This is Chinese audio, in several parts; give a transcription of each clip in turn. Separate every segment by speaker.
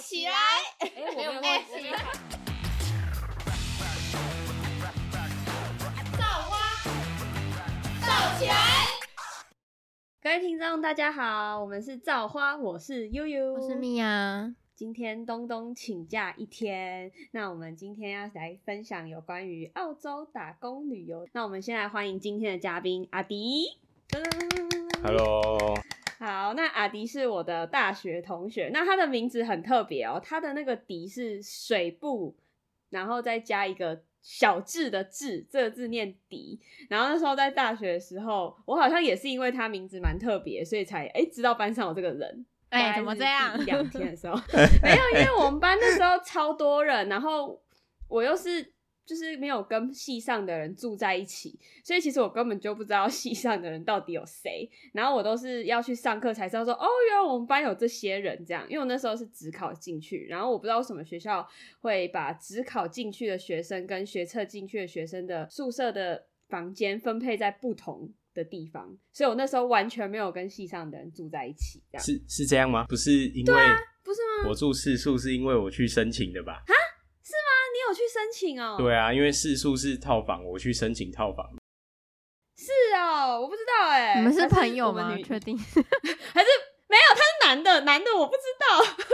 Speaker 1: 起来！
Speaker 2: 哎，我没有
Speaker 1: 哎
Speaker 2: 忘记。
Speaker 1: 造起来！
Speaker 2: 各位听众，大家好，我们是造花，我是悠悠，
Speaker 3: 我是。米娅，
Speaker 2: 今天东东请假一天，那我们今天要来分享有关于澳洲打工旅游。那我们先来欢迎今天的嘉宾阿迪。噔
Speaker 4: Hello，
Speaker 2: 好，那阿迪是我的大学同学，那他的名字很特别哦，他的那个“迪”是水部，然后再加一个小字的“字”，这个字念“迪”。然后那时候在大学的时候，我好像也是因为他名字蛮特别，所以才哎、知道班上有这个人。
Speaker 3: 哎
Speaker 2: 大概
Speaker 3: 怎么
Speaker 2: 是
Speaker 3: 这样
Speaker 2: 第一两天的时候没有，因为我们班那时候超多人，然后我又是就是没有跟系上的人住在一起，所以其实我根本就不知道系上的人到底有谁。然后我都是要去上课才知道说，哦，原来我们班有这些人这样。因为我那时候是只考进去，然后我不知道为什么学校会把只考进去的学生跟学测进去的学生的宿舍的房间分配在不同的地方，所以我那时候完全没有跟系上的人住在一起，这样
Speaker 4: 是是这样吗？不是因为
Speaker 2: 不是吗？
Speaker 4: 我住四宿，是因为我去申请的吧？
Speaker 2: 那你有去申请哦？
Speaker 4: 对啊，因为四宿是套房，我去申请套房。
Speaker 2: 是哦，我不知道哎、
Speaker 3: 你们是
Speaker 2: 还
Speaker 3: 朋友
Speaker 2: 我们
Speaker 3: 吗？
Speaker 2: 女
Speaker 3: 确 定？
Speaker 2: 还是没有？他是男的，男的我不知 道。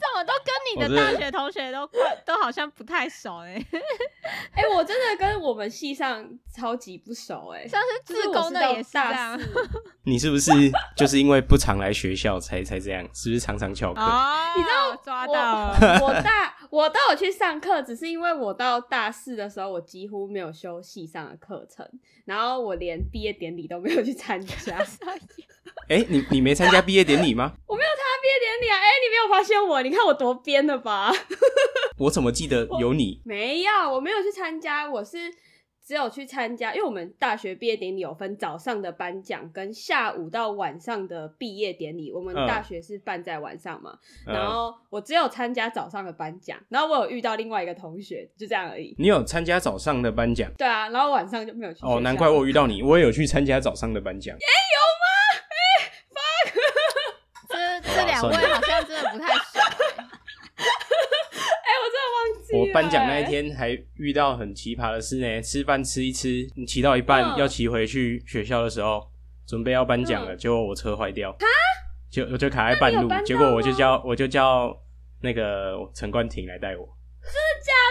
Speaker 3: 怎么都跟
Speaker 4: 我真的
Speaker 3: 同学都都好像不太熟哎、
Speaker 2: 哎、我真的跟我们系上超级不熟哎、
Speaker 3: 上次
Speaker 2: 就是
Speaker 3: 自
Speaker 2: 我是
Speaker 3: 工的
Speaker 2: 到
Speaker 3: 也是这
Speaker 2: 大
Speaker 3: 样
Speaker 2: 四。
Speaker 4: 你是不是就是因为不常来学校才才这样？是不是常常翘课？
Speaker 3: 哦，
Speaker 2: 你知道
Speaker 3: 抓
Speaker 2: 我
Speaker 3: 到了，
Speaker 2: 我大我都有去上课，只是因为我到大四的时候，我几乎没有修系上的课程，然后我连毕业典礼都没有去参加。
Speaker 4: 哎、你你没参加毕业典礼吗？
Speaker 2: 我没有参加毕业典礼啊！哎、你没有发现我？你看我多编的吧？
Speaker 4: 我怎么记得有你？
Speaker 2: 没有，我没有去参加，我是只有去参加，因为我们大学毕业典礼有分早上的颁奖跟下午到晚上的毕业典礼，我们
Speaker 4: 嗯
Speaker 2: 大学是办在晚上嘛，然
Speaker 4: 呃，
Speaker 2: 后我只有参加早上的颁奖，然后我有遇到另外一个同学，就这样而已。
Speaker 4: 你有参加早上的颁奖
Speaker 2: 对啊，然后晚上就没有去学校。
Speaker 4: 哦，难怪我遇到你，我也有去参加早上的颁奖。
Speaker 3: 这这两位好像真的不太熟、欸。
Speaker 2: 哎、我真的忘记欸了
Speaker 4: 我颁奖那一，天还遇到很奇葩的事呢，吃饭吃一吃，你骑到一半、
Speaker 2: 嗯
Speaker 4: 要骑回去学校的时候，准备要颁奖了，
Speaker 2: 嗯
Speaker 4: 结果我车坏掉，就我就卡在
Speaker 2: 那你有
Speaker 4: 半
Speaker 2: 搬
Speaker 4: 路，
Speaker 2: 到
Speaker 4: 结果我
Speaker 2: 吗
Speaker 4: 就叫我就叫那个陈冠廷来带我，
Speaker 2: 真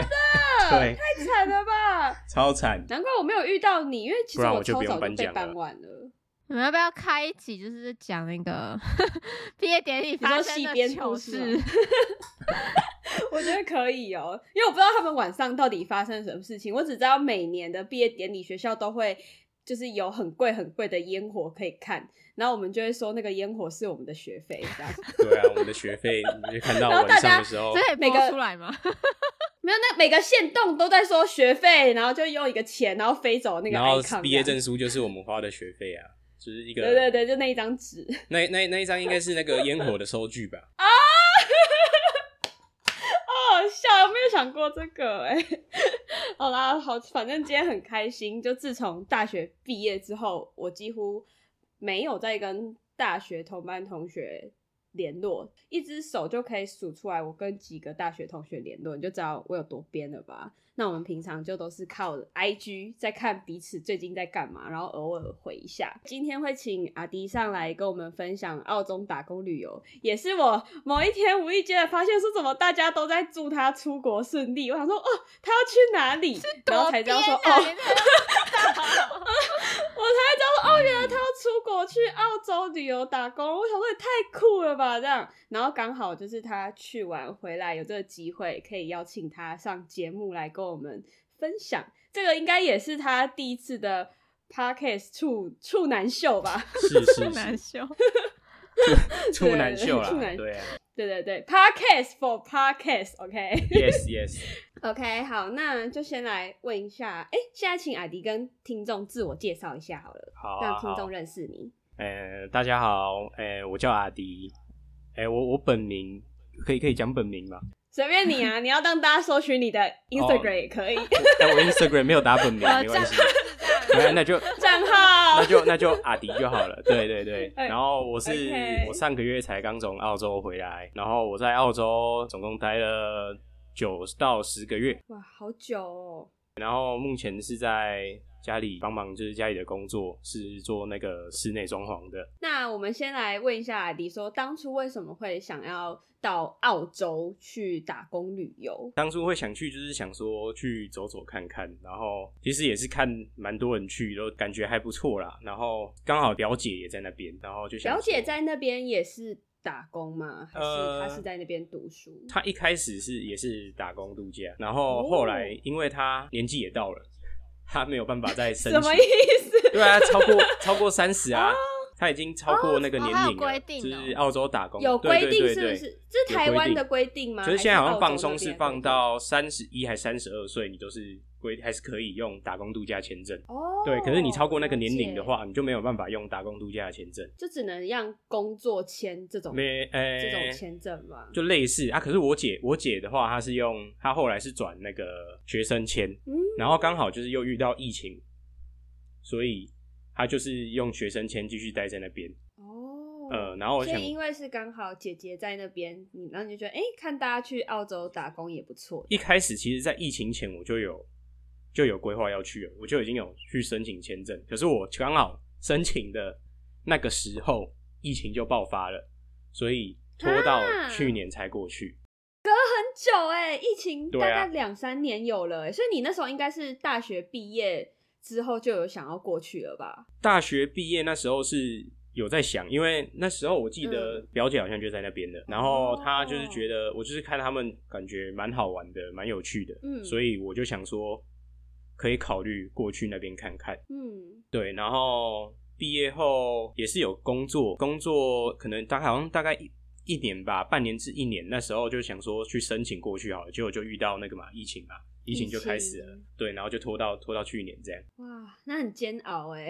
Speaker 2: 的
Speaker 4: 对，
Speaker 2: 嗯太惨了吧！
Speaker 4: 超惨，
Speaker 2: 难怪我没有遇到你，因为其
Speaker 4: 不
Speaker 2: 实
Speaker 4: 然
Speaker 2: 我
Speaker 4: 我就
Speaker 2: 超
Speaker 4: 不用
Speaker 2: 早
Speaker 4: 颁
Speaker 2: 被
Speaker 4: 奖
Speaker 2: 办
Speaker 4: 了
Speaker 2: 完了。
Speaker 3: 你们要不要开一集，就是讲那个 毕业典礼
Speaker 2: 你说
Speaker 3: 发生
Speaker 2: 戏
Speaker 3: 的
Speaker 2: 编
Speaker 3: 糗
Speaker 2: 故事
Speaker 3: 事
Speaker 2: 吗？ 我觉得可以哦、因为我不知道他们晚上到底发生什么事情，我只知道每年的毕业典礼，学校都会就是有很贵很贵的烟火可以看，然后我们就会说那个烟火是我们的学费，这样
Speaker 4: 对啊，我们的学费你就看到
Speaker 2: 然后大
Speaker 4: 晚
Speaker 2: 家
Speaker 4: 上的时候
Speaker 3: 这，可以
Speaker 2: 每个
Speaker 3: 播出来吗？
Speaker 2: 没有那每个县洞都在说学费，然后就用一个钱，然后飞走那个
Speaker 4: 然后
Speaker 2: icon，
Speaker 4: 毕业
Speaker 2: 这样
Speaker 4: 证书就是我们花的学费啊。就是一个，
Speaker 2: 对对对，就那一张纸，
Speaker 4: 那那那一张应该是那个烟火的收 据吧？
Speaker 2: 好好笑，我没有想过这个哎、 好啦，好，反正今天很开心。就自从大学毕业之后，我几乎没有再跟大学同班同学联络，一只手就可以数出来我跟几个大学同学联络，你就知道我有多编了吧？那我们平常就都是靠 IG 在看彼此最近在干嘛，然后偶尔回一下。今天会请阿迪上来跟我们分享澳洲打工旅游，也是我某一天无意间的发现，说怎么大家都在祝他出国顺利。我想说，哦，他要去哪里？然后才知道说，
Speaker 3: 多编啊
Speaker 2: 哦，
Speaker 3: 你这个不知道
Speaker 2: 我才知道说哦，原来他要出国去澳洲旅游打工，我想说也太酷了吧这样。然后刚好就是他去完回来有这个机会，可以邀请他上节目来跟我们分享。这个应该也是他第一次的 podcast 处处男秀吧？
Speaker 4: 是是
Speaker 3: 难
Speaker 4: 是，
Speaker 3: 修。
Speaker 4: 处男秀啦
Speaker 2: 处男，
Speaker 4: 对啊
Speaker 2: 对对对，podcast for podcast，OK、
Speaker 4: ，yes yes。
Speaker 2: OK，好，那就先来问一下，哎，现在请阿迪跟听众自我介绍一下好了，
Speaker 4: 好啊，
Speaker 2: 让听
Speaker 4: 好
Speaker 2: 众认识你。
Speaker 4: 呃，大家好，呃，我叫阿迪，哎、我我本名可以可以讲本名吗？
Speaker 2: 随便你 啊，你要
Speaker 4: 哦
Speaker 2: 让大家搜寻你的 Instagram 也可以。
Speaker 4: 但我 Instagram 没有打本名，没关系，
Speaker 3: 这样
Speaker 4: 那那就
Speaker 2: 呃账号
Speaker 4: 那就那就阿迪就好了。对对对，
Speaker 2: 哎
Speaker 4: 然后我是
Speaker 2: OK
Speaker 4: 我上个月才刚从澳洲回来，然后我在澳洲总共待了九到十个月，
Speaker 2: 哇，好久哦。
Speaker 4: 然后目前是在家里帮忙，就是家里的工作是做那个室内装潢的。
Speaker 2: 那我们先来问一下阿迪说当初为什么会想要到澳洲去打工旅游？
Speaker 4: 当初会想去，就是想说去走走看看，然后其实也是看蛮多人去，都感觉还不错啦。然后刚好表姐也在那边，然后就想
Speaker 2: 表姐
Speaker 4: 说
Speaker 2: 在那边也是打工吗？还是
Speaker 4: 呃
Speaker 2: 她是在那边读书？
Speaker 4: 她一开始是也是打工度假，然后后来因为她年纪也到了，她没有办法 再申
Speaker 2: 什么意
Speaker 4: 请，
Speaker 2: 思？哦
Speaker 4: 对啊，超过超过三十 啊，她已经超过那个年
Speaker 3: 哦还有
Speaker 4: 龄了，
Speaker 3: 规定
Speaker 4: 就
Speaker 3: 哦
Speaker 4: 是澳洲打工
Speaker 2: 有
Speaker 4: 对
Speaker 2: 规定
Speaker 4: 对对
Speaker 2: 是不
Speaker 4: 对
Speaker 2: 是？这是
Speaker 4: 有
Speaker 2: 台湾
Speaker 4: 规
Speaker 2: 的
Speaker 4: 定
Speaker 2: 规定吗？
Speaker 4: 就是现在好像放松
Speaker 2: 还
Speaker 4: 是
Speaker 2: 澳洲那边的规定
Speaker 4: 放到三十一还三十二岁，你都是规还是可以用打工度假签证。
Speaker 2: 哦，
Speaker 4: 对，可是你超过那个年龄的
Speaker 2: 了
Speaker 4: 话，你就没有办法用打工度假的签证
Speaker 2: 解，，就只能让工作签这种
Speaker 4: 没呃
Speaker 2: 这种签证吗？
Speaker 4: 就类似啊。可是我姐我姐的话，她是用她后来是转那个学生签，
Speaker 2: 嗯，
Speaker 4: 然后刚好就是又遇到疫情，所以她就是用学生签继续待在那边。
Speaker 2: 哦，
Speaker 4: 呃，然后我
Speaker 2: 所
Speaker 4: 想
Speaker 2: 以因为是刚好姐姐在那边，你然后你就觉得，哎、看大家去澳洲打工也不错。
Speaker 4: 一开始其实，在疫情前我就有就有规划要去了，我就已经有去申请签证。可是我刚好申请的那个时候，疫情就爆发了，所以拖到
Speaker 2: 啊
Speaker 4: 去年才过去。
Speaker 2: 很久哎、疫情大
Speaker 4: 对啊
Speaker 2: 概两三年有了、欸，所以你那时候应该是大学毕业之后就有想要过去了吧？
Speaker 4: 大学毕业那时候是有在想，因为那时候我记得
Speaker 2: 嗯
Speaker 4: 表姐好像就在那边的，然
Speaker 2: 哦
Speaker 4: 后她就是觉得我就是看他们感觉蛮好玩的，蛮有趣的，
Speaker 2: 嗯
Speaker 4: 所以我就想说可以考虑过去那边看看。
Speaker 2: 嗯，
Speaker 4: 对，然后毕业后也是有工作，工作可能大概好像大概一一年吧，半年至一年，那时候就想说去申请过去好了，结果就遇到那个嘛疫情嘛，疫情就开始了，
Speaker 2: 疫情。
Speaker 4: 对，然后就拖到拖到去年这样，
Speaker 2: 哇，那很煎熬哎、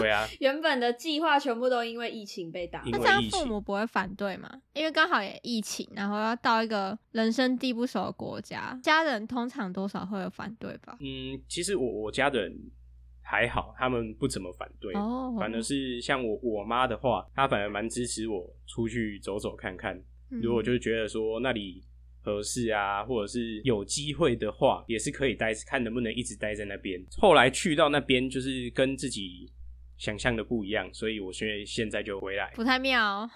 Speaker 4: 对啊，
Speaker 2: 原本的计划全部都因为疫情被打
Speaker 4: 因
Speaker 3: 那
Speaker 4: 为
Speaker 3: 这样
Speaker 4: 疫
Speaker 3: 父
Speaker 4: 情
Speaker 3: 母不会反对吗？因为刚好也疫情，然后要到一个人生地不熟的国家，家人通常多少会有反对吧？
Speaker 4: 嗯，其实我我家的人还好，他们不怎么反对，
Speaker 3: 哦，
Speaker 4: 反而是像我我妈的话，她反而蛮支持我出去走走看看，如果
Speaker 3: 嗯
Speaker 4: 就是觉得说那里合适啊，或者是有机会的话，也是可以待，看能不能一直待在那边。后来去到那边，就是跟自己想象的不一样，所以我现在现在就回来。
Speaker 3: 不太妙哦、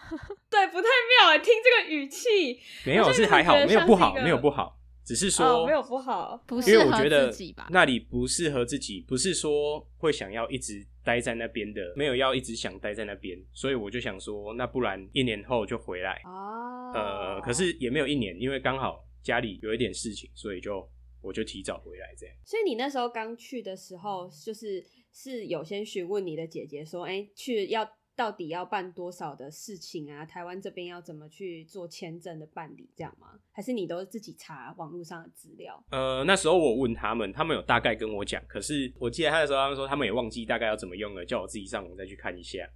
Speaker 2: 对，不太妙哎、听这个语气
Speaker 4: 没有
Speaker 2: 我现在
Speaker 4: 是还好
Speaker 2: 觉得，
Speaker 4: 没有不
Speaker 2: 像
Speaker 4: 好，
Speaker 2: 是一个
Speaker 4: 没有不好，只是说、
Speaker 2: 哦，没有不好，
Speaker 3: 不
Speaker 4: 因为
Speaker 3: 适
Speaker 4: 我
Speaker 3: 合
Speaker 4: 觉得
Speaker 3: 自己吧？
Speaker 4: 那里不适合自己，不是说会想要一直待在那边的，没有要一直想待在那边，所以我就想说，那不然一年后就回来。
Speaker 2: 哦。
Speaker 4: 呃，可是也没有一年，因为刚好家里有一点事情，所以就我就提早回来这样。
Speaker 2: 所以你那时候刚去的时候，就是是有先询问你的姐姐说，哎、去要到底要办多少的事情啊？台湾这边要怎么去做签证的办理，这样吗？还是你都自己查网络上的资料？
Speaker 4: 呃，那时候我问他们，他们有大概跟我讲，可是我记得他的时候，他们说他们也忘记大概要怎么用了，叫我自己上网再去看一下。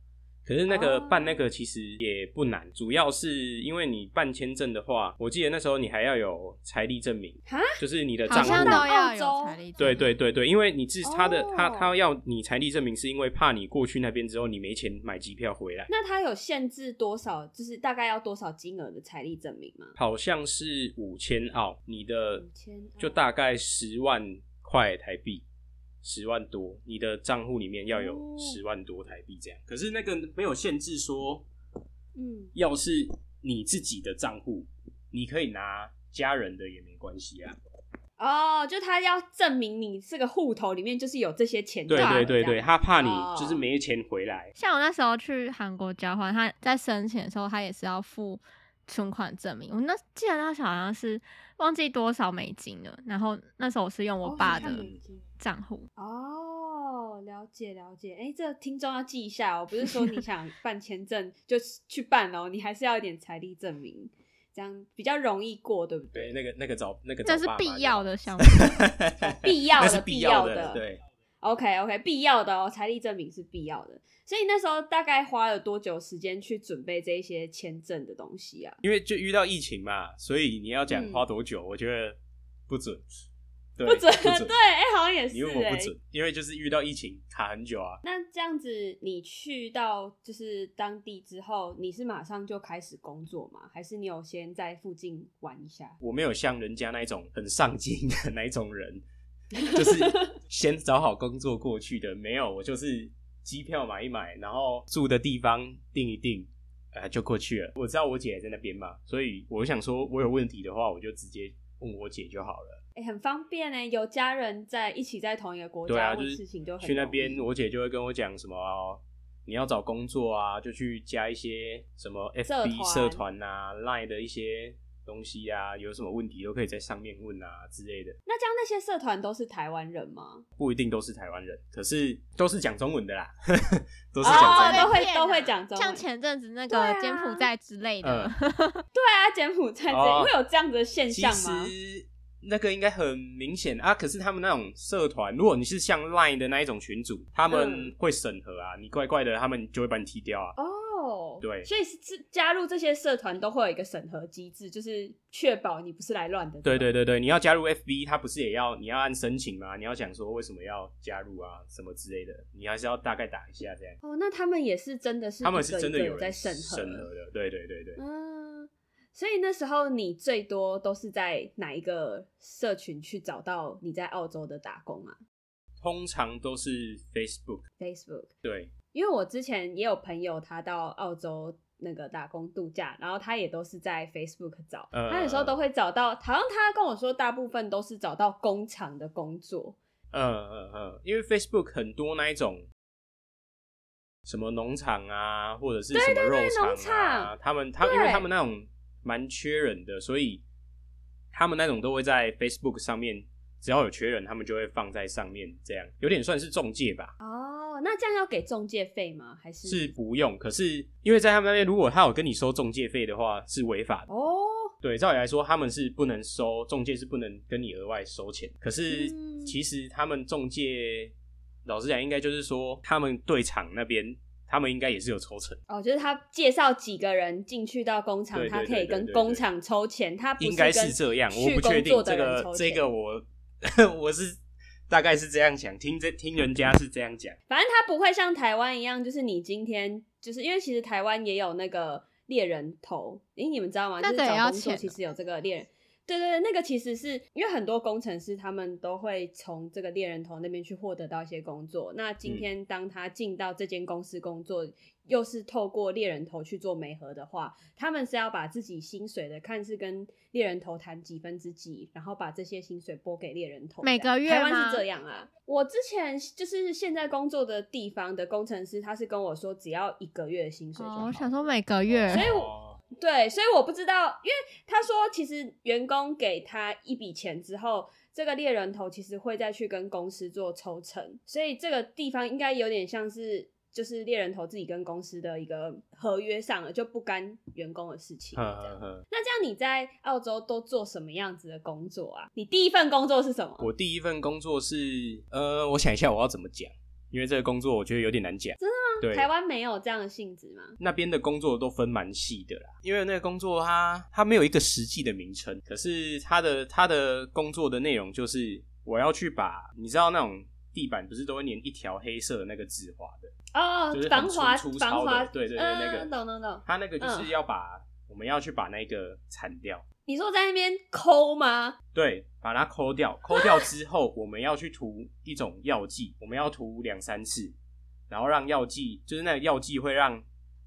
Speaker 4: 可是那个
Speaker 2: 哦
Speaker 4: 办那个其实也不难，主要是因为你办签证的话，我记得那时候你还要有财力证明
Speaker 2: 哈，
Speaker 4: 就是你的
Speaker 3: 好
Speaker 4: 账
Speaker 3: 像都
Speaker 4: 户。
Speaker 3: 要
Speaker 2: 澳
Speaker 3: 有
Speaker 2: 洲
Speaker 3: 财力，
Speaker 4: 对对，对对，因为你是他的、他
Speaker 2: 哦
Speaker 4: 他要你财力证明，是因为怕你过去那边之后你没钱买机票回来。
Speaker 2: 那他有限制多少，就是大概要多少金额的财力证明吗？
Speaker 4: 好像是五千澳，你的
Speaker 2: 5000澳
Speaker 4: 就大概十万块台币，十万多，你的账户里面要有
Speaker 2: 哦
Speaker 4: 十万多台币这样。可是那个没有限制说，
Speaker 2: 嗯，
Speaker 4: 要是你自己的账户，你可以拿家人的也没关系啊。
Speaker 2: 哦，就他要证明你这个户头里面就是有这些钱
Speaker 4: 对
Speaker 2: 赚了，
Speaker 4: 对对对，
Speaker 2: 这样
Speaker 4: 他怕
Speaker 2: 哦
Speaker 4: 你就是没钱回来。
Speaker 3: 像我那时候去韩国交换，他在申请的时候，他也是要付存款证明。我那记得那时候好像是忘记多少美金了，然后那时候我是用我
Speaker 2: 哦
Speaker 3: 爸
Speaker 2: 是看
Speaker 3: 的
Speaker 2: 美金
Speaker 3: 账户，
Speaker 2: 哦，了解了解，哎，这听众要记一下哦，不 是说你想办签证就去办哦，你还是要一点财力证明，这样比较容易过，对不对？
Speaker 4: 对，那个那个找那个
Speaker 3: 这
Speaker 4: 找
Speaker 3: 是
Speaker 4: 爸爸
Speaker 3: 必
Speaker 4: 就
Speaker 3: 要
Speaker 4: 好，
Speaker 3: 的 项目。
Speaker 2: 必要
Speaker 4: 那
Speaker 2: 的，
Speaker 4: 是
Speaker 2: 必
Speaker 4: 必
Speaker 2: 要
Speaker 4: 的，
Speaker 2: 的。
Speaker 4: 对。
Speaker 2: OK OK，必要的哦，财力证明是必要的。所以那时候大概花了多久时间去准备这一些签证的东西啊？
Speaker 4: 因为就遇到疫情嘛，所以你要讲
Speaker 2: 嗯
Speaker 4: 花多久，我觉得不准。对，
Speaker 2: 不准，
Speaker 4: 准
Speaker 2: 对，哎、好像也是、
Speaker 4: 你问我不
Speaker 2: 哎
Speaker 4: 准，因为就是遇到疫情卡很久啊。
Speaker 2: 那这样子，你去到就是当地之后，你是马上就开始工作吗？还是你有先在附近玩一下？
Speaker 4: 我没有像人家那一种很上进的那一种人， 就是先找好工作过去的。没有，我就是机票买一买，然后住的地方定一定，呃，就过去了。我知道我姐也在那边嘛，所以我想说，我有问题的话，我就直接问我姐就好了。
Speaker 2: 哎、很方便哎、有家人在一起在同一个国
Speaker 4: 对啊，
Speaker 2: 家，
Speaker 4: 就
Speaker 2: 问
Speaker 4: 是
Speaker 2: 事情就很
Speaker 4: 去那
Speaker 2: 容易
Speaker 4: 边，我姐就会跟我讲什么、哦你要找工作啊，就去加一些什么
Speaker 2: 社
Speaker 4: FB
Speaker 2: 团
Speaker 4: 社团啊、Line 的一些东西啊，有什么问题都可以在上面问啊之类的。
Speaker 2: 那这样那些社团都是台湾人吗？
Speaker 4: 不一定都是台湾人，可是都是讲中文的啦， 都是
Speaker 2: 哦
Speaker 4: 讲中
Speaker 2: 都
Speaker 4: 文。
Speaker 2: 会
Speaker 3: 被骗啊
Speaker 2: 都会讲中文
Speaker 3: 像前阵子那
Speaker 2: 对啊
Speaker 3: 个柬埔寨之类
Speaker 4: 呃嗯
Speaker 3: 的，
Speaker 2: 对啊，柬埔寨这、
Speaker 4: 哦
Speaker 2: 会有这样子的现
Speaker 4: 其
Speaker 2: 象吗？
Speaker 4: 实那个应该很明显啊，可是他们那种社团，如果你是像 Line 的那一种群组，他们
Speaker 2: 嗯
Speaker 4: 会审核啊，你怪怪的，他们就会把你踢掉啊。
Speaker 2: 哦，
Speaker 4: 对
Speaker 2: 所以是是加入这些社团都会有一个审核机制，就是确保你不是来乱的。
Speaker 4: 对
Speaker 2: 吧
Speaker 4: 对对对，你要加入 FB，他不是也要你要按申请吗？你要讲说为什么要加入啊，什么之类的，你还是要大概打一下这样。
Speaker 2: 哦，那他们也是真的是
Speaker 4: 他们
Speaker 2: 一
Speaker 4: 是
Speaker 2: 个
Speaker 4: 真的
Speaker 2: 一个
Speaker 4: 人
Speaker 2: 有在
Speaker 4: 审
Speaker 2: 审
Speaker 4: 核的，对对对对。
Speaker 2: 嗯，所以那时候你最多都是在哪一个社群去找到你在澳洲的打工啊
Speaker 4: 通常都是 Facebook，
Speaker 2: ？Facebook，
Speaker 4: 对，
Speaker 2: 因为我之前也有朋友他到澳洲那个打工度假，然后他也都是在 Facebook 找，
Speaker 4: 嗯
Speaker 2: 他有时候都会找到，好像他跟我说大部分都是找到工厂的工作，
Speaker 4: 嗯嗯嗯，因为 Facebook 很多那一种什么农场啊，或者是什么肉场啊，
Speaker 2: 农场
Speaker 4: 他们他
Speaker 2: 对
Speaker 4: 因为他们那种蛮缺人的，所以他们那种都会在 Facebook 上面，只要有缺人，他们就会放在上面，这样有点算是中介吧。
Speaker 2: 哦，那这样要给中介费吗？还是
Speaker 4: 是不用，可是因为在他们那边，如果他有跟你收中介费的话，是违法的。
Speaker 2: 哦，
Speaker 4: 对，照理来说，他们是不能收中介，是不能跟你额外收钱。可是
Speaker 2: 嗯
Speaker 4: 其实他们中介，老实讲，应该就是说，他们对场那边，他们应该也是有抽成，
Speaker 2: 哦，就是他介绍几个人进去到工厂
Speaker 4: 对，对
Speaker 2: 他可以
Speaker 4: 对对
Speaker 2: 跟
Speaker 4: 对
Speaker 2: 工
Speaker 4: 对
Speaker 2: 厂抽钱，他不
Speaker 4: 应该
Speaker 2: 跟
Speaker 4: 是这样。我
Speaker 2: 去
Speaker 4: 不确
Speaker 2: 工
Speaker 4: 定
Speaker 2: 作
Speaker 4: 这
Speaker 2: 的人
Speaker 4: 个
Speaker 2: 抽
Speaker 4: 这
Speaker 2: 钱
Speaker 4: 个我我是大概是这样想，听这听人家是这样讲。
Speaker 2: 反正它不会像台湾一样，就是你今天就是因为其实台湾也有那个猎人头，诶、你们知道吗？
Speaker 3: 那
Speaker 2: 就是
Speaker 3: 个也
Speaker 2: 找
Speaker 3: 要
Speaker 2: 工作
Speaker 3: 钱哦
Speaker 2: 其实有这个猎人，对对对，那个其实是因为很多工程师他们都会从这个猎人头那边去获得到一些工作。那今天当他进到这间公司工作，又是透过猎人头去做媒合的话，他们是要把自己薪水的看是跟猎人头谈几分之几，然后把这些薪水拨给猎人头这样。
Speaker 3: 每个月
Speaker 2: 台湾
Speaker 3: 吗
Speaker 2: 是这样啊。我之前就是现在工作的地方的工程师，他是跟我说只要一个月的薪水就好
Speaker 3: 哦，
Speaker 2: 了。
Speaker 3: 我想说每个月，
Speaker 2: 所以我
Speaker 4: 哦
Speaker 2: 对，所以我不知道，因为他说其实员工给他一笔钱之后，这个猎人头其实会再去跟公司做抽成，所以这个地方应该有点像是就是猎人头自己跟公司的一个合约上了，就不干员工的事情。
Speaker 4: 哦
Speaker 2: 这
Speaker 4: 呵呵
Speaker 2: 样
Speaker 4: 呵
Speaker 2: 那这样你在澳洲都做什么样子的工作啊？你第一份工作是什么？
Speaker 4: 我第一份工作是，呃，我想一下我要怎么讲，因为这个工作我觉得有点难讲。真的吗？对，
Speaker 2: 台湾没有这样的性质吗？
Speaker 4: 那边的工作都分蛮细的啦，因为那个工作它它没有一个实际的名称，可是它的它的工作的内容就是我要去把你知道那种地板不是都会粘一条黑色的那个字滑的，
Speaker 2: 哦
Speaker 4: 就是，
Speaker 2: 防
Speaker 4: 很粗
Speaker 2: 滑
Speaker 4: 粗
Speaker 2: 防
Speaker 4: 糙
Speaker 2: 滑，
Speaker 4: 的，对对对，
Speaker 2: 嗯
Speaker 4: 那个
Speaker 2: 懂懂懂。
Speaker 4: 它那个就是要把、我们要去把那个铲掉，
Speaker 2: 你说在那边抠吗？
Speaker 4: 对，把它抠掉，抠掉之后我们要去涂一种药剂，我们要涂两三次，然后让药剂就是那个药剂会让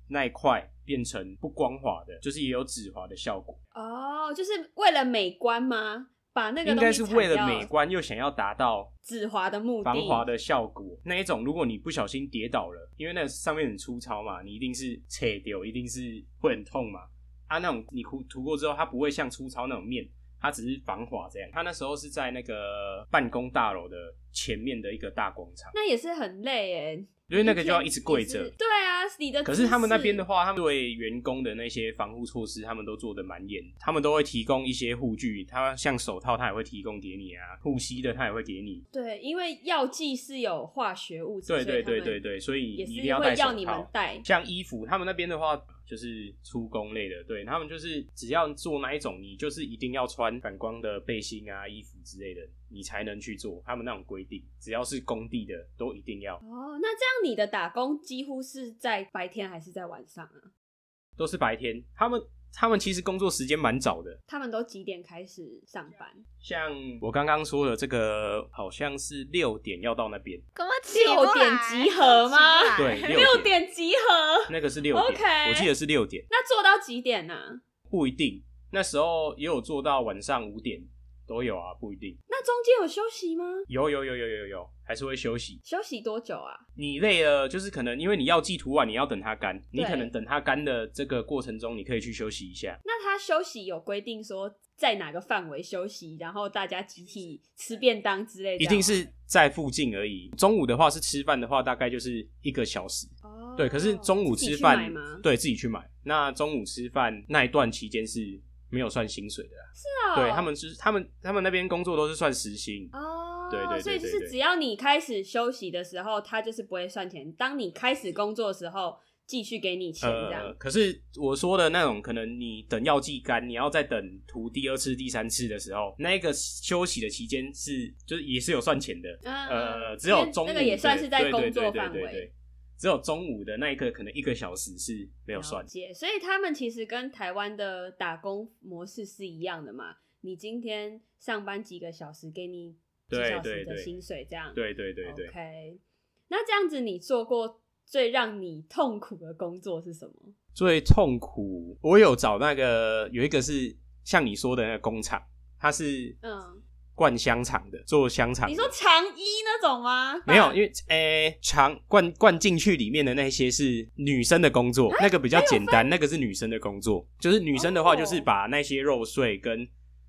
Speaker 4: 那一块变成不光滑的，就是也有止滑的效果。
Speaker 2: 哦，就是为了美观吗？把那个
Speaker 4: 应
Speaker 2: 东
Speaker 4: 该
Speaker 2: 西
Speaker 4: 是
Speaker 2: 铲
Speaker 4: 为了
Speaker 2: 掉
Speaker 4: 美观又想要达到
Speaker 2: 止滑的目的，
Speaker 4: 防滑的效果。那一种，如果你不小心跌倒了，因为那上面很粗糙嘛，你一定是扯掉，一定是会很痛嘛。啊，那种你涂涂过之后，它不会像粗糙那种面，它只是防滑这样。它那时候是在那个办公大楼的前面的一个大广场，
Speaker 2: 那也是很累耶，
Speaker 4: 因为那个就要
Speaker 2: 一天
Speaker 4: 一直跪
Speaker 2: 也
Speaker 4: 着
Speaker 2: 是。对啊，你的
Speaker 4: 可是他们那边的
Speaker 2: 姿势
Speaker 4: 话，他们对员工的那些防护措施，他们都做的蛮严，他们都会提供一些护具，他像手套，他也会提供给你啊，护膝的他也会给你，
Speaker 2: 对，因为药剂是有化学物质，所
Speaker 4: 对
Speaker 2: 以
Speaker 4: 对
Speaker 2: 他们
Speaker 4: 对对对，所以
Speaker 2: 也
Speaker 4: 你
Speaker 2: 是
Speaker 4: 一定要
Speaker 2: 会
Speaker 4: 戴手
Speaker 2: 要你们
Speaker 4: 套。
Speaker 2: 戴。
Speaker 4: 像衣服，他们那边的话，就是出工类的，对他们就是只要做那一种，你就是一定要穿反光的背心啊、衣服之类的，你才能去做。他们那种规定，只要是工地的都一定要，
Speaker 2: 哦，那这样你的打工几乎是在白天还是在晚上啊？
Speaker 4: 都是白天。他们他们其实工作时间蛮早的，
Speaker 2: 他们都几点开始上班？
Speaker 4: 像我刚刚说的这个，好像是六点要到那边，
Speaker 3: 干嘛起
Speaker 2: 六
Speaker 3: 不
Speaker 2: 点
Speaker 3: 来
Speaker 2: 集合
Speaker 3: 起不
Speaker 2: 吗
Speaker 3: 来
Speaker 4: 对六
Speaker 2: 六点集合，
Speaker 4: 那个是六点
Speaker 2: OK
Speaker 4: 我记得是六点，
Speaker 2: 那做到几点呢、啊？
Speaker 4: 不一定。那时候也有做到晚上五点都有啊，不一定。
Speaker 2: 那中间有休息吗？
Speaker 4: 有有有有有有，还是会休息。
Speaker 2: 休息多久啊？
Speaker 4: 你累了，就是可能因为你要寄图啊案，你要等它干，你
Speaker 2: 对
Speaker 4: 可能等它干的这个过程中，你可以去休息一下。
Speaker 2: 那他休息有规定说在哪个范围休息，然后大家集体吃便当之类的，
Speaker 4: 一定是在附近而已。中午的话是吃饭的话，大概就是一个小时。
Speaker 2: 哦
Speaker 4: 对，可是中午
Speaker 2: 自己
Speaker 4: 吃
Speaker 2: 去买
Speaker 4: 饭
Speaker 2: 吗，？
Speaker 4: 对自己去买。那中午吃饭那一段期间是没有算薪水的啦。
Speaker 2: 是哦
Speaker 4: 对他们就是他们他们那边工作都是算时薪。
Speaker 2: 哦，
Speaker 4: 对对对
Speaker 2: 所以就
Speaker 4: 对
Speaker 2: 是
Speaker 4: 对
Speaker 2: 只要你开始休息的时候，他就是不会算钱；当你开始工作的时候，继续给你钱这样。
Speaker 4: 呃，可是我说的那种，可能你等药剂干，你要再等涂第二次、第三次的时候，那个休息的期间是就是也是有算钱的。
Speaker 2: 嗯
Speaker 4: 呃，
Speaker 2: 嗯
Speaker 4: 只有
Speaker 2: 因为
Speaker 4: 中午
Speaker 2: 那个也
Speaker 4: 的
Speaker 2: 算是在
Speaker 4: 对对
Speaker 2: 工作
Speaker 4: 对对
Speaker 2: 范
Speaker 4: 对
Speaker 2: 围
Speaker 4: 对。只有中午的那一个可能一个小时是没有算
Speaker 2: 了，解，所以他们其实跟台湾的打工模式是一样的嘛。你今天上班几个小时，给你几
Speaker 4: 对
Speaker 2: 小时
Speaker 4: 对
Speaker 2: 的
Speaker 4: 对
Speaker 2: 薪水，这样。
Speaker 4: 对对对对
Speaker 2: OK，那这样子你做过最让你痛苦的工作是什么？
Speaker 4: 最痛苦，我有找那个有一个是像你说的那个工厂，它是
Speaker 2: 嗯，
Speaker 4: 灌香肠的，做香肠的。
Speaker 2: 你说长衣那种吗？
Speaker 4: 没有，因为诶，肠、灌灌进去里面的那些是女生的工
Speaker 2: 啊
Speaker 4: 作，那个比较简单，那个是女生的工作。就是女生的话，
Speaker 2: 哦
Speaker 4: 就是把那些肉碎跟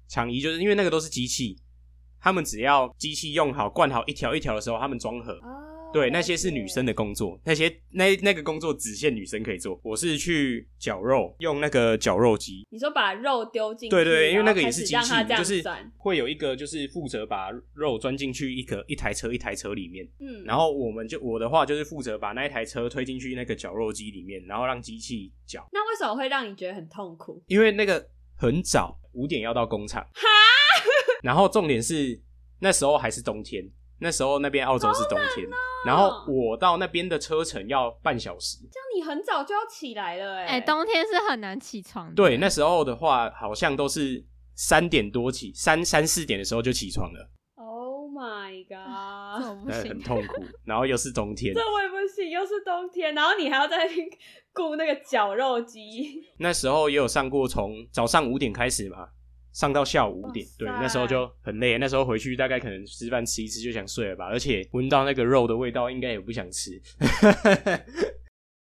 Speaker 4: 肠衣，就是因为那个都是机器，他们只要机器用好、灌好一条一条的时候，他们装盒。
Speaker 2: 哦，
Speaker 4: 对，那些是女生
Speaker 2: 的。
Speaker 4: 的工作，那些那那个工作只限女生可以做。我是去绞肉，用那个绞肉机，
Speaker 2: 你说把肉丢进去，
Speaker 4: 对对，因为
Speaker 2: 然后
Speaker 4: 那个也
Speaker 2: 开
Speaker 4: 是
Speaker 2: 始
Speaker 4: 机
Speaker 2: 让
Speaker 4: 器
Speaker 2: 它，这样
Speaker 4: 就是
Speaker 2: 转
Speaker 4: 会有一个就是负责把肉钻进去一个一台车一台车里面，
Speaker 2: 嗯，
Speaker 4: 然后我们就我的话就是负责把那一台车推进去那个绞肉机里面，然后让机器绞，
Speaker 2: 那为什么会让你觉得很痛苦？
Speaker 4: 因为那个很早，五点要到工厂。哈， 然后重点是那时候还是冬天，那时候那边澳洲是冬天，然后我到那边的车程要半小时。
Speaker 2: 这样你很早就要起来了、欸，
Speaker 3: 哎、冬天是很难起床的。
Speaker 4: 对，那时候的话好像都是三点多起，三三四点的时候就起床了，
Speaker 2: Oh my
Speaker 3: 这
Speaker 2: god！
Speaker 3: 我不
Speaker 4: 那
Speaker 3: 行
Speaker 4: 很。痛苦。然后又是冬天，
Speaker 2: 这我也不行，又是冬天，然后你还要在那边顾那个绞肉 机，
Speaker 4: 那时候也有上过，从早上五点开始嘛，上到下午五点
Speaker 2: 哇塞。
Speaker 4: 对，那时候就很累，那时候回去大概可能吃饭吃一次就想睡了吧，而且闻到那个肉的味道，应该也不想吃。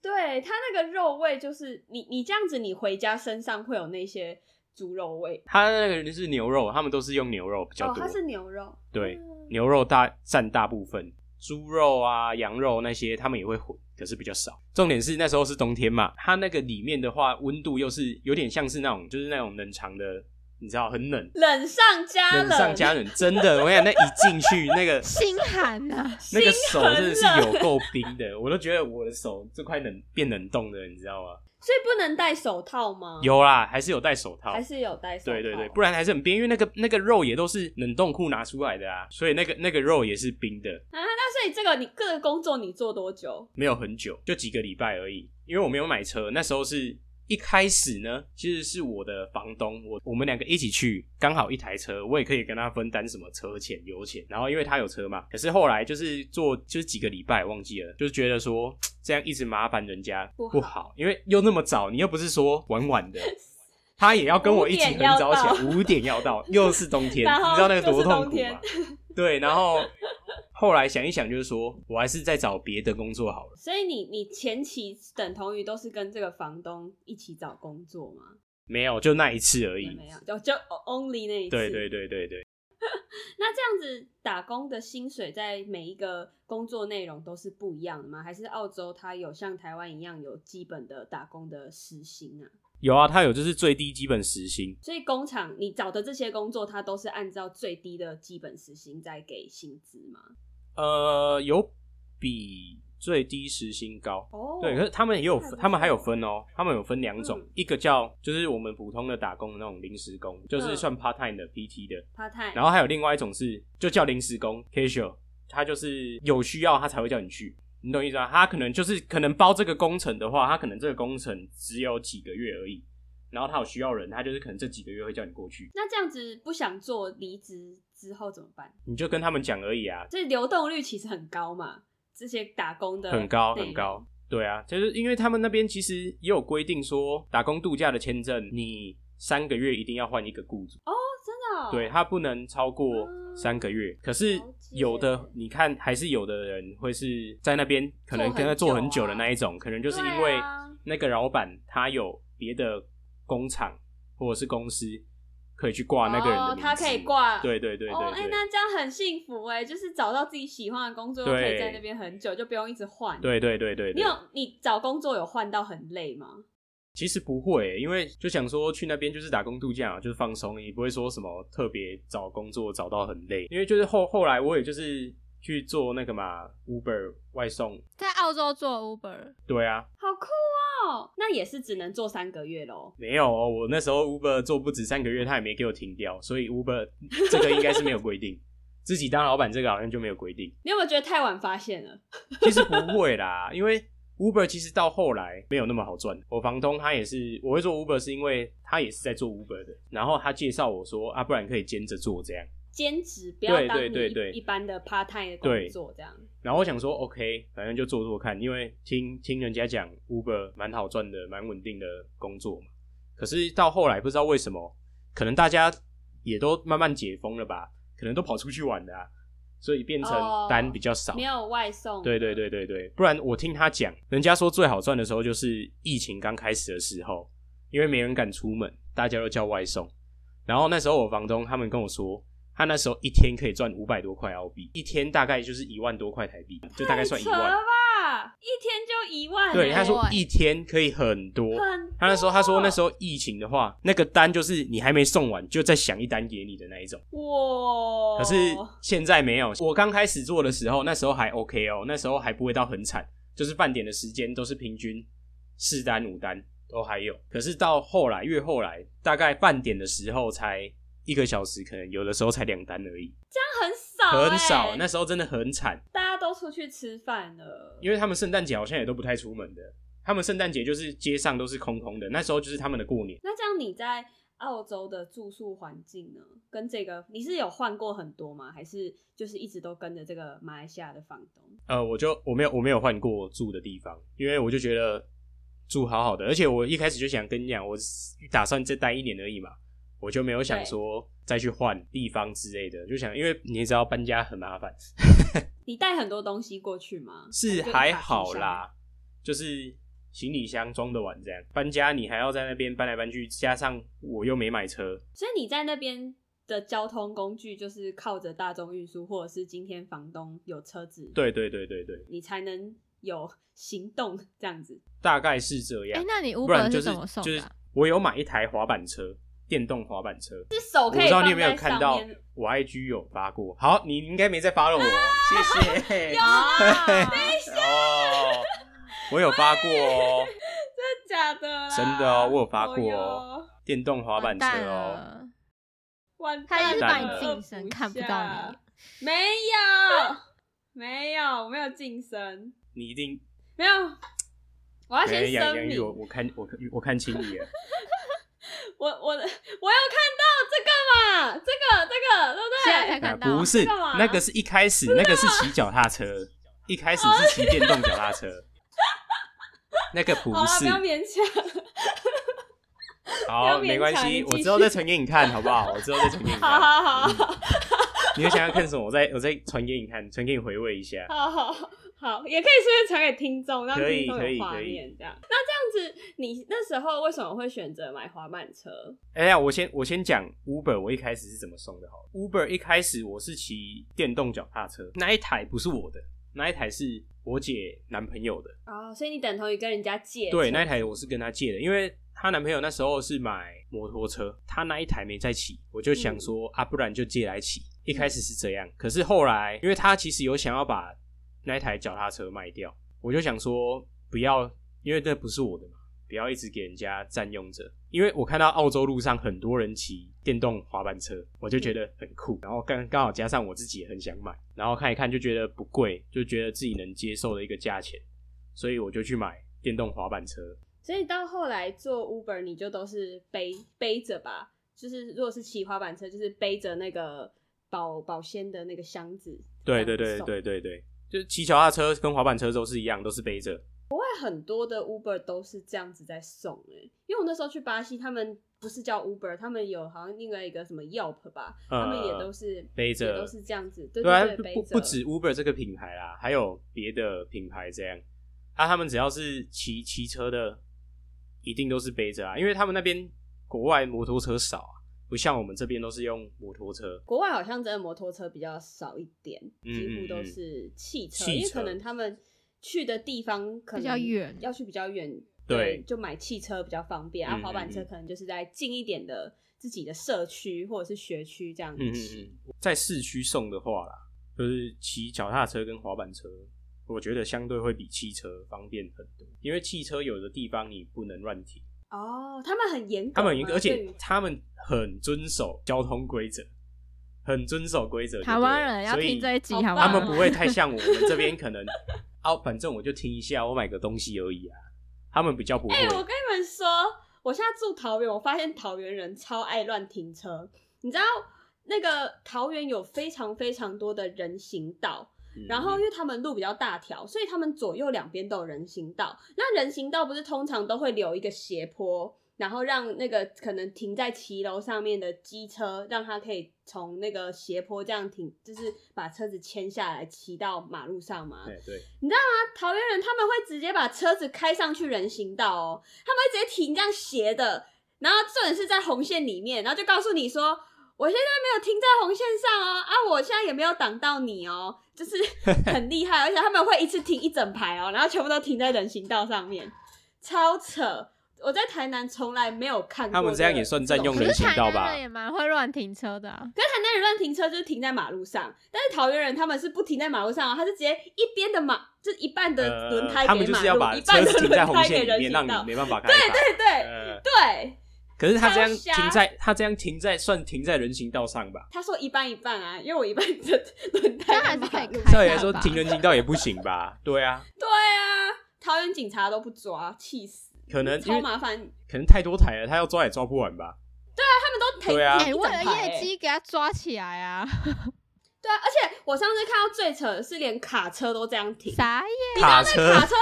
Speaker 2: 对它那个肉味，就是你你这样子，你回家身上会有那些猪肉味。
Speaker 4: 他那个是牛肉，他们都是用牛肉比较
Speaker 2: 哦，
Speaker 4: 多，
Speaker 2: 它是牛肉，
Speaker 4: 对
Speaker 2: 嗯
Speaker 4: 牛肉大占大部分，猪肉啊、羊肉那些他们也会混，可是比较少。重点是那时候是冬天嘛，它那个里面的话，温度又是有点像是那种就是那种冷藏的，你知道很冷。
Speaker 2: 冷上加冷，
Speaker 4: 冷上加冷，真的，我想那一进去，那个
Speaker 3: 心寒呐、
Speaker 4: 那个手真的是有够冰的，我都觉得我的手这块冷变冷冻的，你知道吗？
Speaker 2: 所以不能戴手套吗？，
Speaker 4: 有啦，还是有戴手套
Speaker 2: 还，是有戴手套？
Speaker 4: 对对对，不然还是很冰，因为那个那个肉也都是冷冻库拿出来的啊，所以那个那个肉也是冰的，
Speaker 2: 啊，那所以这个你各个工作你做多久？
Speaker 4: 没有很久，就几个礼拜而已。因为我没有买车，那时候是一开始呢，其实是我的房东，我我们两个一起去，刚好一台车，我也可以跟他分担什么车钱、油钱。然后因为他有车嘛，可是后来就是做就是几个礼拜忘记了，就是觉得说这样一直麻烦人家
Speaker 2: 不好
Speaker 4: 不好，因为又那么早，你又不是说晚 晚的。他也要跟我一起很早起来，五点 要到，又是冬天，
Speaker 2: 然后
Speaker 4: 你知道那个多
Speaker 2: 又是
Speaker 4: 痛
Speaker 2: 冬
Speaker 4: 苦
Speaker 2: 天
Speaker 4: 吗？对，然后后来想一想，就是说我还是再找别的工作好了。
Speaker 2: 所以你你前期等同于都是跟这个房东一起找工作吗？
Speaker 4: 没有，就那一次而已。
Speaker 2: 没有，就就 only 那一次。
Speaker 4: 对对对对对，
Speaker 2: 那这样子打工的薪水在每一个工作内容都是不一样的吗？还是澳洲它有像台湾一样有基本的打工的时薪啊？
Speaker 4: 有啊，他有就是最低基本时薪，
Speaker 2: 所以工厂你找的这些工作，它都是按照最低的基本时薪在给薪资吗？
Speaker 4: 呃，有比最低时薪高。
Speaker 2: 哦，
Speaker 4: 对，可是他们也有
Speaker 2: 那
Speaker 4: 分，
Speaker 2: 不错欸
Speaker 4: 他们还有分哦，他们有分两种，
Speaker 2: 嗯
Speaker 4: 一个叫就是我们普通的打工的那种临时工，就是
Speaker 2: 嗯
Speaker 4: 算 part time 的 PT 的，
Speaker 2: part time，
Speaker 4: 然后还有另外一种是就叫临时工 casual，他就是有需要他才会叫你去，你懂意思吗？他可能就是可能包这个工程的话，他可能这个工程只有几个月而已，然后他有需要人，他就是可能这几个月会叫你过去，
Speaker 2: 那这样子不想做离职之后怎么办？
Speaker 4: 你就跟他们讲而已啊，
Speaker 2: 这流动率其实很高嘛，这些打工的
Speaker 4: 很高
Speaker 2: 内
Speaker 4: 很
Speaker 2: 容哦
Speaker 4: 高。对啊，就是因为他们那边其实也有规定说，打工度假的签证你三个月一定要换一个雇主，
Speaker 2: 哦，真的、哦，
Speaker 4: 对，它不能超过三个月。可是
Speaker 2: 了解
Speaker 4: 有的你看，还是有的人会是在那边可
Speaker 2: 做
Speaker 4: 能
Speaker 2: 很
Speaker 4: 跟他做很
Speaker 2: 久
Speaker 4: 久
Speaker 2: 啊
Speaker 4: 的那一种，可能就是
Speaker 2: 对
Speaker 4: 因为
Speaker 2: 啊
Speaker 4: 那个老板他有别的工厂或者是公司可以去挂那个人的
Speaker 2: 哦
Speaker 4: 名字，
Speaker 2: 他可以挂
Speaker 4: 对对对对
Speaker 2: 哦，哎、
Speaker 4: 对。
Speaker 2: 那这样很幸福哎、就是找到自己喜欢的工作，又可
Speaker 4: 对
Speaker 2: 以在那边很久，就不用一直换。，
Speaker 4: 对对对对，对
Speaker 2: 你有你找工作有换到很累吗？
Speaker 4: 其实不会、欸因为就想说去那边就是打工度假嘛，就是放松，也不会说什么特别找工作找到很累。因为就是后后来我也就是去做那个嘛 Uber 外送，
Speaker 3: 在澳洲做 Uber，
Speaker 4: 对啊，
Speaker 2: 好酷哦！那也是只能做三个月喽。
Speaker 4: 没有哦，我那时候 Uber 做不止三个月，他也没给我停掉，所以 Uber 这个应该是没有规定。自己当老板这个好像就没有规定，
Speaker 2: 你有没有觉得太晚发现了？
Speaker 4: 其实不会啦，因为 Uber 其实到后来没有那么好赚。我房东他也是，我会做 Uber 是因为他也是在做 Uber 的，然后他介绍我说啊，不然可以兼着做这样。
Speaker 2: 兼职不要
Speaker 4: 对
Speaker 2: 当你
Speaker 4: 对对对
Speaker 2: 一般的 part time 的
Speaker 4: 对
Speaker 2: 工作这样。
Speaker 4: 然后我想说，OK，反正就做做看，因为听听人家讲 Uber 蛮好赚的，蛮稳定的工作嘛。可是到后来不知道为什么，可能大家也都慢慢解封了吧，可能都跑出去玩了、啊，所以变
Speaker 2: 哦
Speaker 4: 成单比较少。
Speaker 2: 没有外送，
Speaker 4: 对对，对对对，哦不然我听他讲，人家说最好赚的时候就是疫情刚开始的时候，因为没人敢出门，大家都叫外送。然后那时候我房东他们跟我说，他那时候一天可以赚五百多块澳币，一天大概就是一万多块台币，就大概算一
Speaker 2: 扯了
Speaker 4: 万。
Speaker 2: 吧？一天就一万、欸，
Speaker 4: 对，他说
Speaker 3: 多欸
Speaker 4: 一天可以很多。
Speaker 2: 很
Speaker 4: 他那时候他说那时候疫情的话，那个单就是你还没送完就再想一单给你的那一种。
Speaker 2: 哇，
Speaker 4: 可是
Speaker 2: 哦
Speaker 4: 现在没有。我刚开始做的时候，那时候还 OK 哦，那时候还不会到很惨，就是饭点的时间都是平均四单五单都还有。可是到后来越后来，大概饭点的时候才一个小时，可能有的时候才两单而已，
Speaker 2: 那很少、欸，
Speaker 4: 很少。那时候真的很惨，
Speaker 2: 大家都出去吃饭了，
Speaker 4: 因为他们圣诞节好像也都不太出门的。他们圣诞节就是街上都是空空的，那时候就是他们的过年。
Speaker 2: 那这样你在澳洲的住宿环境呢？跟这个你是有换过很多吗？还是就是一直都跟着这个马来西亚的房东？
Speaker 4: 呃，我就我没有我没有换过住的地方，因为我就觉得住好好的，而且我一开始就想跟你讲，我打算再待一年而已嘛，我就没有想
Speaker 2: 对
Speaker 4: 说再去换地方之类的，就想因为你也知道搬家很麻烦，
Speaker 2: 你带很多东西过去吗？
Speaker 4: 是
Speaker 2: 就一
Speaker 4: 还
Speaker 2: 卡皮
Speaker 4: 好
Speaker 2: 箱，
Speaker 4: 啦，就是行李箱装得完这样，搬家你还要在那边搬来搬去，加上我又没买车，
Speaker 2: 所以你在那边。的交通工具就是靠着大众运输，或者是今天房东有车子，，
Speaker 4: 对对对对对，
Speaker 2: 你才能有行动这样子。
Speaker 4: 大概是这样
Speaker 3: 哎、，那你
Speaker 4: 不然
Speaker 3: Uber
Speaker 4: 就是
Speaker 3: 怎么送
Speaker 4: 就
Speaker 3: 的
Speaker 4: 是
Speaker 3: 啊？
Speaker 4: 我有买一台滑板车，电动滑板车，
Speaker 2: 是手
Speaker 4: 我
Speaker 2: 可
Speaker 4: 不
Speaker 2: 以
Speaker 4: 知道
Speaker 2: 放
Speaker 4: 你有没有
Speaker 2: 在
Speaker 4: 看
Speaker 2: 上
Speaker 4: 到
Speaker 2: 面。啊
Speaker 4: 我 IG 有发过。好，你应该没在发了我，哦谢 谢。
Speaker 3: 啊
Speaker 4: 哦，我有发过哦，
Speaker 2: 哎真的假的啦？
Speaker 4: 真的哦我有发过
Speaker 2: 哦
Speaker 4: 哦
Speaker 2: 哟。
Speaker 4: 电动滑板车
Speaker 3: 完蛋
Speaker 4: 哦。
Speaker 3: 了
Speaker 2: 完蛋
Speaker 3: 他
Speaker 2: 了，
Speaker 3: 就是把你
Speaker 4: 近
Speaker 3: 晋升，看不到你。
Speaker 2: 你。没有，没有，我没有晋升，
Speaker 4: 你一定
Speaker 2: 没有。我要先
Speaker 4: 没杨
Speaker 2: 声
Speaker 4: 杨玉，
Speaker 2: 明，
Speaker 4: 我
Speaker 2: 我
Speaker 4: 我看我我看清 你了，
Speaker 2: 我我有看到这个嘛，这个这个对不
Speaker 3: 现在才
Speaker 2: 对？
Speaker 4: 啊
Speaker 3: 看到，
Speaker 4: 不是
Speaker 2: 干嘛啊
Speaker 4: 那个是一开始那个是骑脚踏车，一开始是骑电动脚 踏车，那个不
Speaker 2: 好了，不
Speaker 4: 是
Speaker 2: 要勉强。不要
Speaker 4: 好
Speaker 2: 勉
Speaker 4: 没关
Speaker 2: 强
Speaker 4: 系，
Speaker 2: 你
Speaker 4: 我
Speaker 2: 继
Speaker 4: 之后
Speaker 2: 续
Speaker 4: 再传给你看好不好？我之后再传给你
Speaker 2: 好
Speaker 4: 看，嗯
Speaker 2: 好好好
Speaker 4: 你有想要看什么？我再我再传给你看，传给你回味一下。
Speaker 2: 好好好，也可以顺便传给听众，让
Speaker 4: 可以
Speaker 2: 听众
Speaker 4: 可以
Speaker 2: 有画
Speaker 4: 可以
Speaker 2: 面这样。那这样子，你那时候为什么会选择买滑板车？
Speaker 4: 哎呀，我先我先讲 Uber，我一开始是怎么送的好了。Uber 一开始我是骑电动脚踏车，那一台不是我的，那一台是我姐男朋友的。
Speaker 2: 哦，所以你等同于跟人家借车
Speaker 4: 对，那一台我是跟她借的，因为她男朋友那时候是买摩托车，她那一台没在骑，我就想说、啊，不然就借来骑。一开始是这样，可是后来因为她其实有想要把那一台脚踏车卖掉，我就想说不要，因为这不是我的嘛，不要一直给人家占用着。因为我看到澳洲路上很多人骑电动滑板车，我就觉得很酷，然后刚刚好加上我自己也很想买，然后看一看就觉得不贵，就觉得自己能接受的一个价钱，所以我就去买电动滑板车。
Speaker 2: 所以到后来做 Uber，你就都是背背着吧，就是如果是骑滑板车，就是背着那个保保鲜的那个箱子。
Speaker 4: 对
Speaker 2: 这
Speaker 4: 对
Speaker 2: 样子送。
Speaker 4: 对对对对，就是骑脚踏车跟滑板车都是一样，都是背着。
Speaker 2: 但很多的 Uber 都是这样子在送哎、因为我那时候去巴西，他们不是叫 Uber，他们有好像另外一个什么 Yelp 吧，
Speaker 4: 呃，
Speaker 2: 他们也都是
Speaker 4: 背着
Speaker 2: 也都是这样子对
Speaker 4: 对啊
Speaker 2: 对对
Speaker 4: 不
Speaker 2: 背着
Speaker 4: 不止 Uber 这个品牌啦，还有别的品牌这样。啊，他们只要是骑骑车的，一定都是背着啊，因为他们那边国外摩托车少啊，不像我们这边都是用摩托车。
Speaker 2: 国外好像真的摩托车比较少一点，
Speaker 4: 嗯
Speaker 2: 几乎
Speaker 4: 嗯
Speaker 2: 都
Speaker 4: 嗯
Speaker 2: 是汽车，
Speaker 4: 汽
Speaker 2: 因为
Speaker 4: 车
Speaker 2: 可能他们去的地方可能
Speaker 3: 比较远
Speaker 2: 要去比较远，
Speaker 4: 对
Speaker 2: 就买汽车比较方便，啊，
Speaker 4: 嗯
Speaker 2: 滑板车
Speaker 4: 嗯嗯
Speaker 2: 可能就是在近一点的自己的社区或者是学区这样
Speaker 4: 嗯
Speaker 2: 子
Speaker 4: 嗯
Speaker 2: 骑。
Speaker 4: 嗯，在市区送的话啦，就是骑脚踏车跟滑板车，我觉得相对会比汽车方便很多，因为汽车有的地方你不能乱停。
Speaker 2: 哦，他们很严格吗，
Speaker 4: 他们很严格，而
Speaker 2: 对
Speaker 4: 且
Speaker 2: 于
Speaker 4: 他们很遵守交通规则，很遵守规则就对了。
Speaker 3: 台湾人要
Speaker 4: 所以
Speaker 3: 听这一集，
Speaker 2: 好
Speaker 3: 好不好？
Speaker 2: 棒
Speaker 4: 他们不会太像我们这边可能 啊，反正我就听一下，我买个东西而已啊。他们比较不会，
Speaker 2: 哎、我跟你们说，我现在住桃园，我发现桃园人超爱乱停车。你知道那个桃园有非常非常多的人行道，
Speaker 4: 嗯
Speaker 2: 然后因为他们路比较大条，所以他们左右两边都有人行道。那人行道不是通常都会留一个斜坡，然后让那个可能停在骑楼上面的机车，让它可以从那个斜坡这样停，就是把车子牵下来骑到马路上嘛。
Speaker 4: 对对，
Speaker 2: 桃园人他们会直接把车子开上去人行道哦，他们会直接停这样斜的，然后重点是在红线里面，然后就告诉你说，我现在没有停在红线上哦， 啊，我现在也没有挡到你哦，就是很厉害，而且他们会一次停一整排哦，然后全部都停在人行道上面，超扯！我在台南从来没有看过
Speaker 4: 他们这样也算占用
Speaker 3: 可
Speaker 4: 人
Speaker 3: 是
Speaker 4: 行
Speaker 3: 台
Speaker 4: 道
Speaker 3: 南
Speaker 4: 吧
Speaker 3: 人也蛮会乱停车的、啊，
Speaker 2: 可是台南人乱停车就是停在马路上，但是桃园人他们是不停在马路上哦，他是直接一边的马，就是一半的
Speaker 4: 呃
Speaker 2: 轮胎
Speaker 4: 他
Speaker 2: 给
Speaker 4: 们
Speaker 2: 马路，
Speaker 4: 就是要把
Speaker 2: 一
Speaker 4: 车
Speaker 2: 半的
Speaker 4: 子停在
Speaker 2: 轮
Speaker 4: 红
Speaker 2: 胎给
Speaker 4: 线
Speaker 2: 人
Speaker 4: 里面，
Speaker 2: 行
Speaker 4: 让你
Speaker 2: 道。
Speaker 4: 没办法开。
Speaker 2: 对对对
Speaker 4: 呃，
Speaker 2: 对，
Speaker 4: 可是他这样
Speaker 2: 超瞎
Speaker 4: 停在，他这样停在算停在人行道上吧？
Speaker 2: 他说一半一半啊，因为我一半的 轮
Speaker 3: 这
Speaker 2: 胎
Speaker 3: 样还是可以
Speaker 2: 在马路
Speaker 3: 开
Speaker 4: 照理来
Speaker 3: 的
Speaker 4: 说，
Speaker 3: 吧
Speaker 4: 停人行道也不行吧？对啊，
Speaker 2: 对啊，桃园警察都不抓，气死！
Speaker 4: 可能因
Speaker 2: 超
Speaker 4: 为
Speaker 2: 麻烦，
Speaker 4: 可能太多台了，他要抓也抓不完吧？
Speaker 2: 他们都停
Speaker 4: 对啊
Speaker 2: 停
Speaker 3: 哎、
Speaker 2: 一整
Speaker 3: 为了
Speaker 2: 排
Speaker 3: 业
Speaker 2: 欸
Speaker 3: 绩给他抓起来啊！
Speaker 2: 对啊，而且我上次看到最扯的是，连卡车都这样停。
Speaker 3: 啥耶？
Speaker 4: 卡车
Speaker 2: 卡车，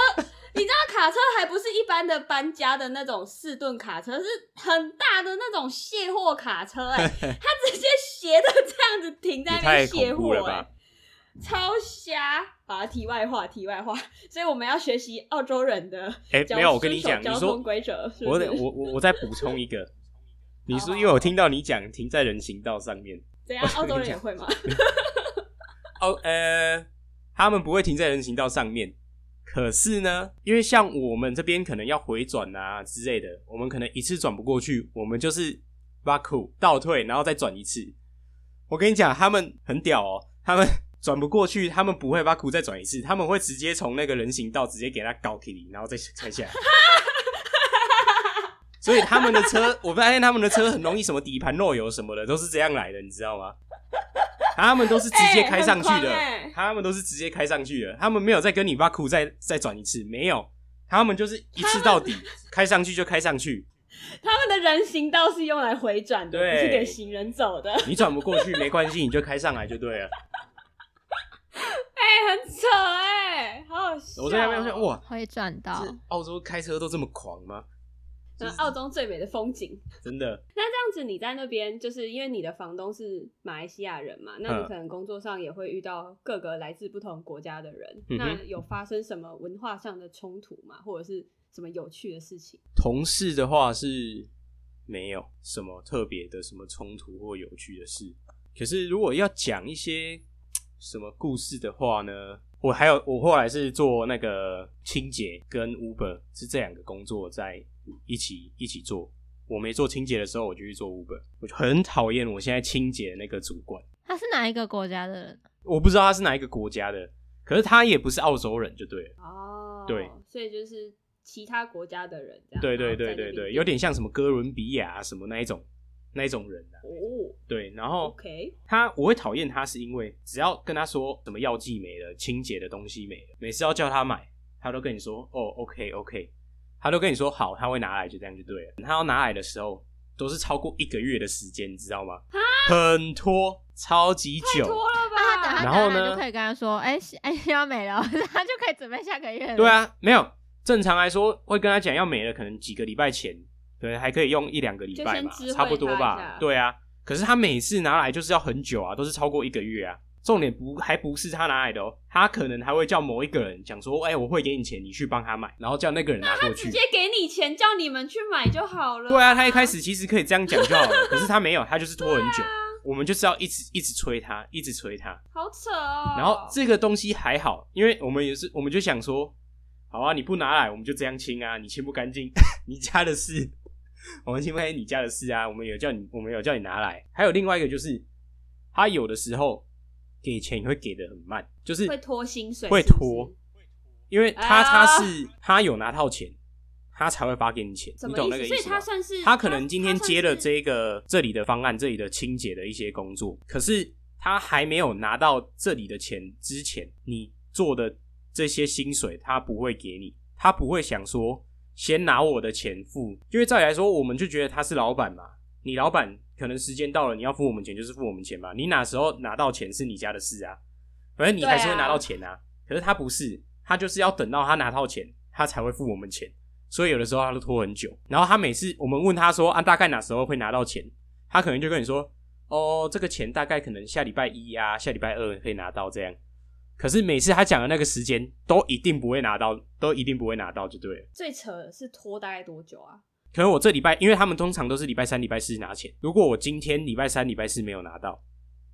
Speaker 2: 你知道卡车还不是一般的搬家的那种四吨卡车，是很大的那种卸货卡车、 哎，它直接斜的这样子停在那边
Speaker 4: 也太恐
Speaker 2: 卸
Speaker 4: 怖
Speaker 2: 货、
Speaker 4: 了吧
Speaker 2: 哎，超瞎！把它题外话，题外话， 所以我们要学习澳洲人的
Speaker 4: 哎、
Speaker 2: 交
Speaker 4: 没有，我跟你
Speaker 2: 遵守
Speaker 4: 讲，你
Speaker 2: 交
Speaker 4: 说
Speaker 2: 通规则是不
Speaker 4: 我
Speaker 2: 是
Speaker 4: 得我我我再补充 一个，你
Speaker 2: 好
Speaker 4: 说因为我听到你讲停在人行道上面，
Speaker 2: 怎样？澳洲人也会吗？
Speaker 4: 哦呃，他们不会停在人行道上面，可是呢，因为像我们这边可能要回转啊之类的，我们可能一次转不过去，我们就是挖苦倒退，然后再转一次。我跟你讲，他们很屌哦，他们 转不过去，他们不会挖苦再转一次，他们会直接从那个人行道直接给他搞起来，然后再拆下来。所以他们的车， 我发现他们的车很容易什么底盘漏油什么的，都是这样来的，你知道吗？他们都是直接开上去
Speaker 2: 哎很
Speaker 4: 的，
Speaker 2: 狂哎
Speaker 4: 他们都是直接开上去的，他们没有再跟你挖苦再再转一次，没有，他们就是一次到底，开上去就开上去，
Speaker 2: 他们的人行道是用来回转的，
Speaker 4: 对
Speaker 2: 不是给行人走的。
Speaker 4: 你转不过去没关系，你就开上来就对了。
Speaker 2: 哎、很扯哎、好好笑哦、
Speaker 4: 我在那边想，哇，
Speaker 3: 会赚到
Speaker 4: 这澳洲开车都这么狂吗？
Speaker 2: 那澳洲最美的风景。
Speaker 4: 真的，
Speaker 2: 这样子你在那边，就是因为你的房东是马来西亚人嘛，那你
Speaker 4: 嗯
Speaker 2: 可能工作上也会遇到各个来自不同国家的人。
Speaker 4: 嗯哼
Speaker 2: 那有发生什么文化上的冲突吗？或者是什么有趣的事情？
Speaker 4: 同事的话是没有什么特别的什么冲突或有趣的事。可是如果要讲一些什么故事的话呢，我还有我后来是做那个清洁跟 Uber 是这两个工作在一起一起做。我没做清洁的时候，我就去做 Uber，我就很讨厌我现在清洁的那个主管。
Speaker 3: 他是哪一个国家的人？
Speaker 4: 我不知道他是哪一个国家的，可是他也不是澳洲人，就对了。
Speaker 2: 哦，
Speaker 4: 对，
Speaker 2: 所以就是其他国家的人这样，
Speaker 4: 对
Speaker 2: 然
Speaker 4: 对
Speaker 2: 后在
Speaker 4: 对
Speaker 2: 那
Speaker 4: 对
Speaker 2: 边
Speaker 4: 对，
Speaker 2: 定
Speaker 4: 有点像什么哥伦比亚、啊、什么那一种那一种人啊。
Speaker 2: 哦
Speaker 4: 对，然后
Speaker 2: ，OK，
Speaker 4: 他我会讨厌他，是因为只要跟他说什么药剂没了、清洁的东西没了，每次要叫他买，他都跟你说哦，OK OK，他都跟你说好，他会拿来，就这样就对了。他要拿来的时候，都是超过一个月的时间，你知道吗？很拖，超级久。
Speaker 2: 多了吧？
Speaker 3: 啊，他等他
Speaker 4: 然
Speaker 3: 拿
Speaker 4: 后
Speaker 3: 来
Speaker 4: 呢
Speaker 3: 就可以跟他说，哎、哎，要没了， 他就可以准备下个
Speaker 2: 嗯
Speaker 3: 月了。
Speaker 4: 对，啊，没有正常来说会跟他讲要没了，可能几个礼拜前，可能还可以用一两个礼拜
Speaker 2: 就
Speaker 4: 吧
Speaker 2: 先知，会
Speaker 4: 差不多
Speaker 2: 他一下
Speaker 4: 吧。对啊，可是他每次拿来就是要很久啊，都是超过一个月啊。重点不还不是他拿来的哦，他可能还会叫某一个人讲说，哎、我会给你钱，你去帮他买，然后叫那个人拿过去
Speaker 2: 直。接给你钱，叫你们去买就好了。
Speaker 4: 对啊，他一开始其实可以这样讲就好了，可是他没有，他就是拖很
Speaker 2: 啊
Speaker 4: 久。我们就是要一直一直催他，一直催他。
Speaker 2: 好扯哦。
Speaker 4: 然后这个东西还好，因为我们也是，我们就想说，好啊，你不拿来，我们就这样清啊，你清不干净， 你家的事，我们清不干净你家的事啊，我们有叫你，我们有叫你拿来。还有另外一个就是，他有的时候给钱会给的很慢，就是
Speaker 2: 会拖薪水，
Speaker 4: 会
Speaker 2: 是不是
Speaker 4: 拖，因为
Speaker 2: 哎呀
Speaker 4: 他他是他有拿到钱，他才会发给你钱，
Speaker 2: 什
Speaker 4: 你
Speaker 2: 么
Speaker 4: 懂那个
Speaker 2: 思？
Speaker 4: 意
Speaker 2: 所以
Speaker 4: 思吗
Speaker 2: 他？算是
Speaker 4: 他可能今天接了
Speaker 2: 他算是
Speaker 4: 这个这里的方案，这里的清洁的一些工作，可是他还没有拿到这里的钱之前，你做的这些薪水他不会给你，他不会想说先拿我的钱付，因为照理来说，我们就觉得他是老板嘛，你老板可能时间到了，你要付我们钱就是付我们钱嘛，你哪时候拿到钱是你家的事啊，反正你还是会拿到钱啊。可是他不是，他就是要等到他拿到钱，他才会付我们钱。所以有的时候他都拖很久。然后他每次我们问他说啊，大概哪时候会拿到钱，他可能就跟你说，哦，这个钱大概可能下礼拜一啊，下礼拜二可以拿到这样。可是每次他讲的那个时间都一定不会拿到，都一定不会拿到就对了。
Speaker 2: 最扯的是拖大概多久啊？
Speaker 4: 可能我这礼拜，因为他们通常都是礼拜三、礼拜四拿钱。如果我今天礼拜三、礼拜四没有拿到，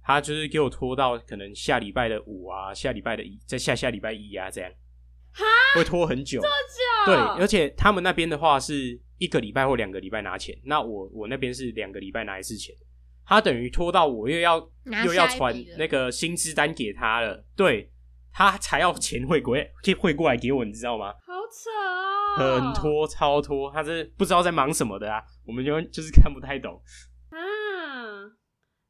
Speaker 4: 他就是给我拖到可能下礼拜的五啊，下礼拜的一，再下下礼拜一啊，这样，
Speaker 2: 哈，
Speaker 4: 会拖很久。对，而且他们那边的话是一个礼拜或两个礼拜拿钱，那我我那边是两个礼拜拿一次钱，他等于拖到我又要
Speaker 3: 拿
Speaker 4: 又要
Speaker 3: 下一笔
Speaker 4: 传
Speaker 3: 了
Speaker 4: 那个薪资单给他了，对他才要钱汇过来汇过来给我，你知道吗？
Speaker 2: 好扯哦，
Speaker 4: 很拖，超拖，他是不知道在忙什么的啊，我们就就是看不太懂。
Speaker 2: 啊！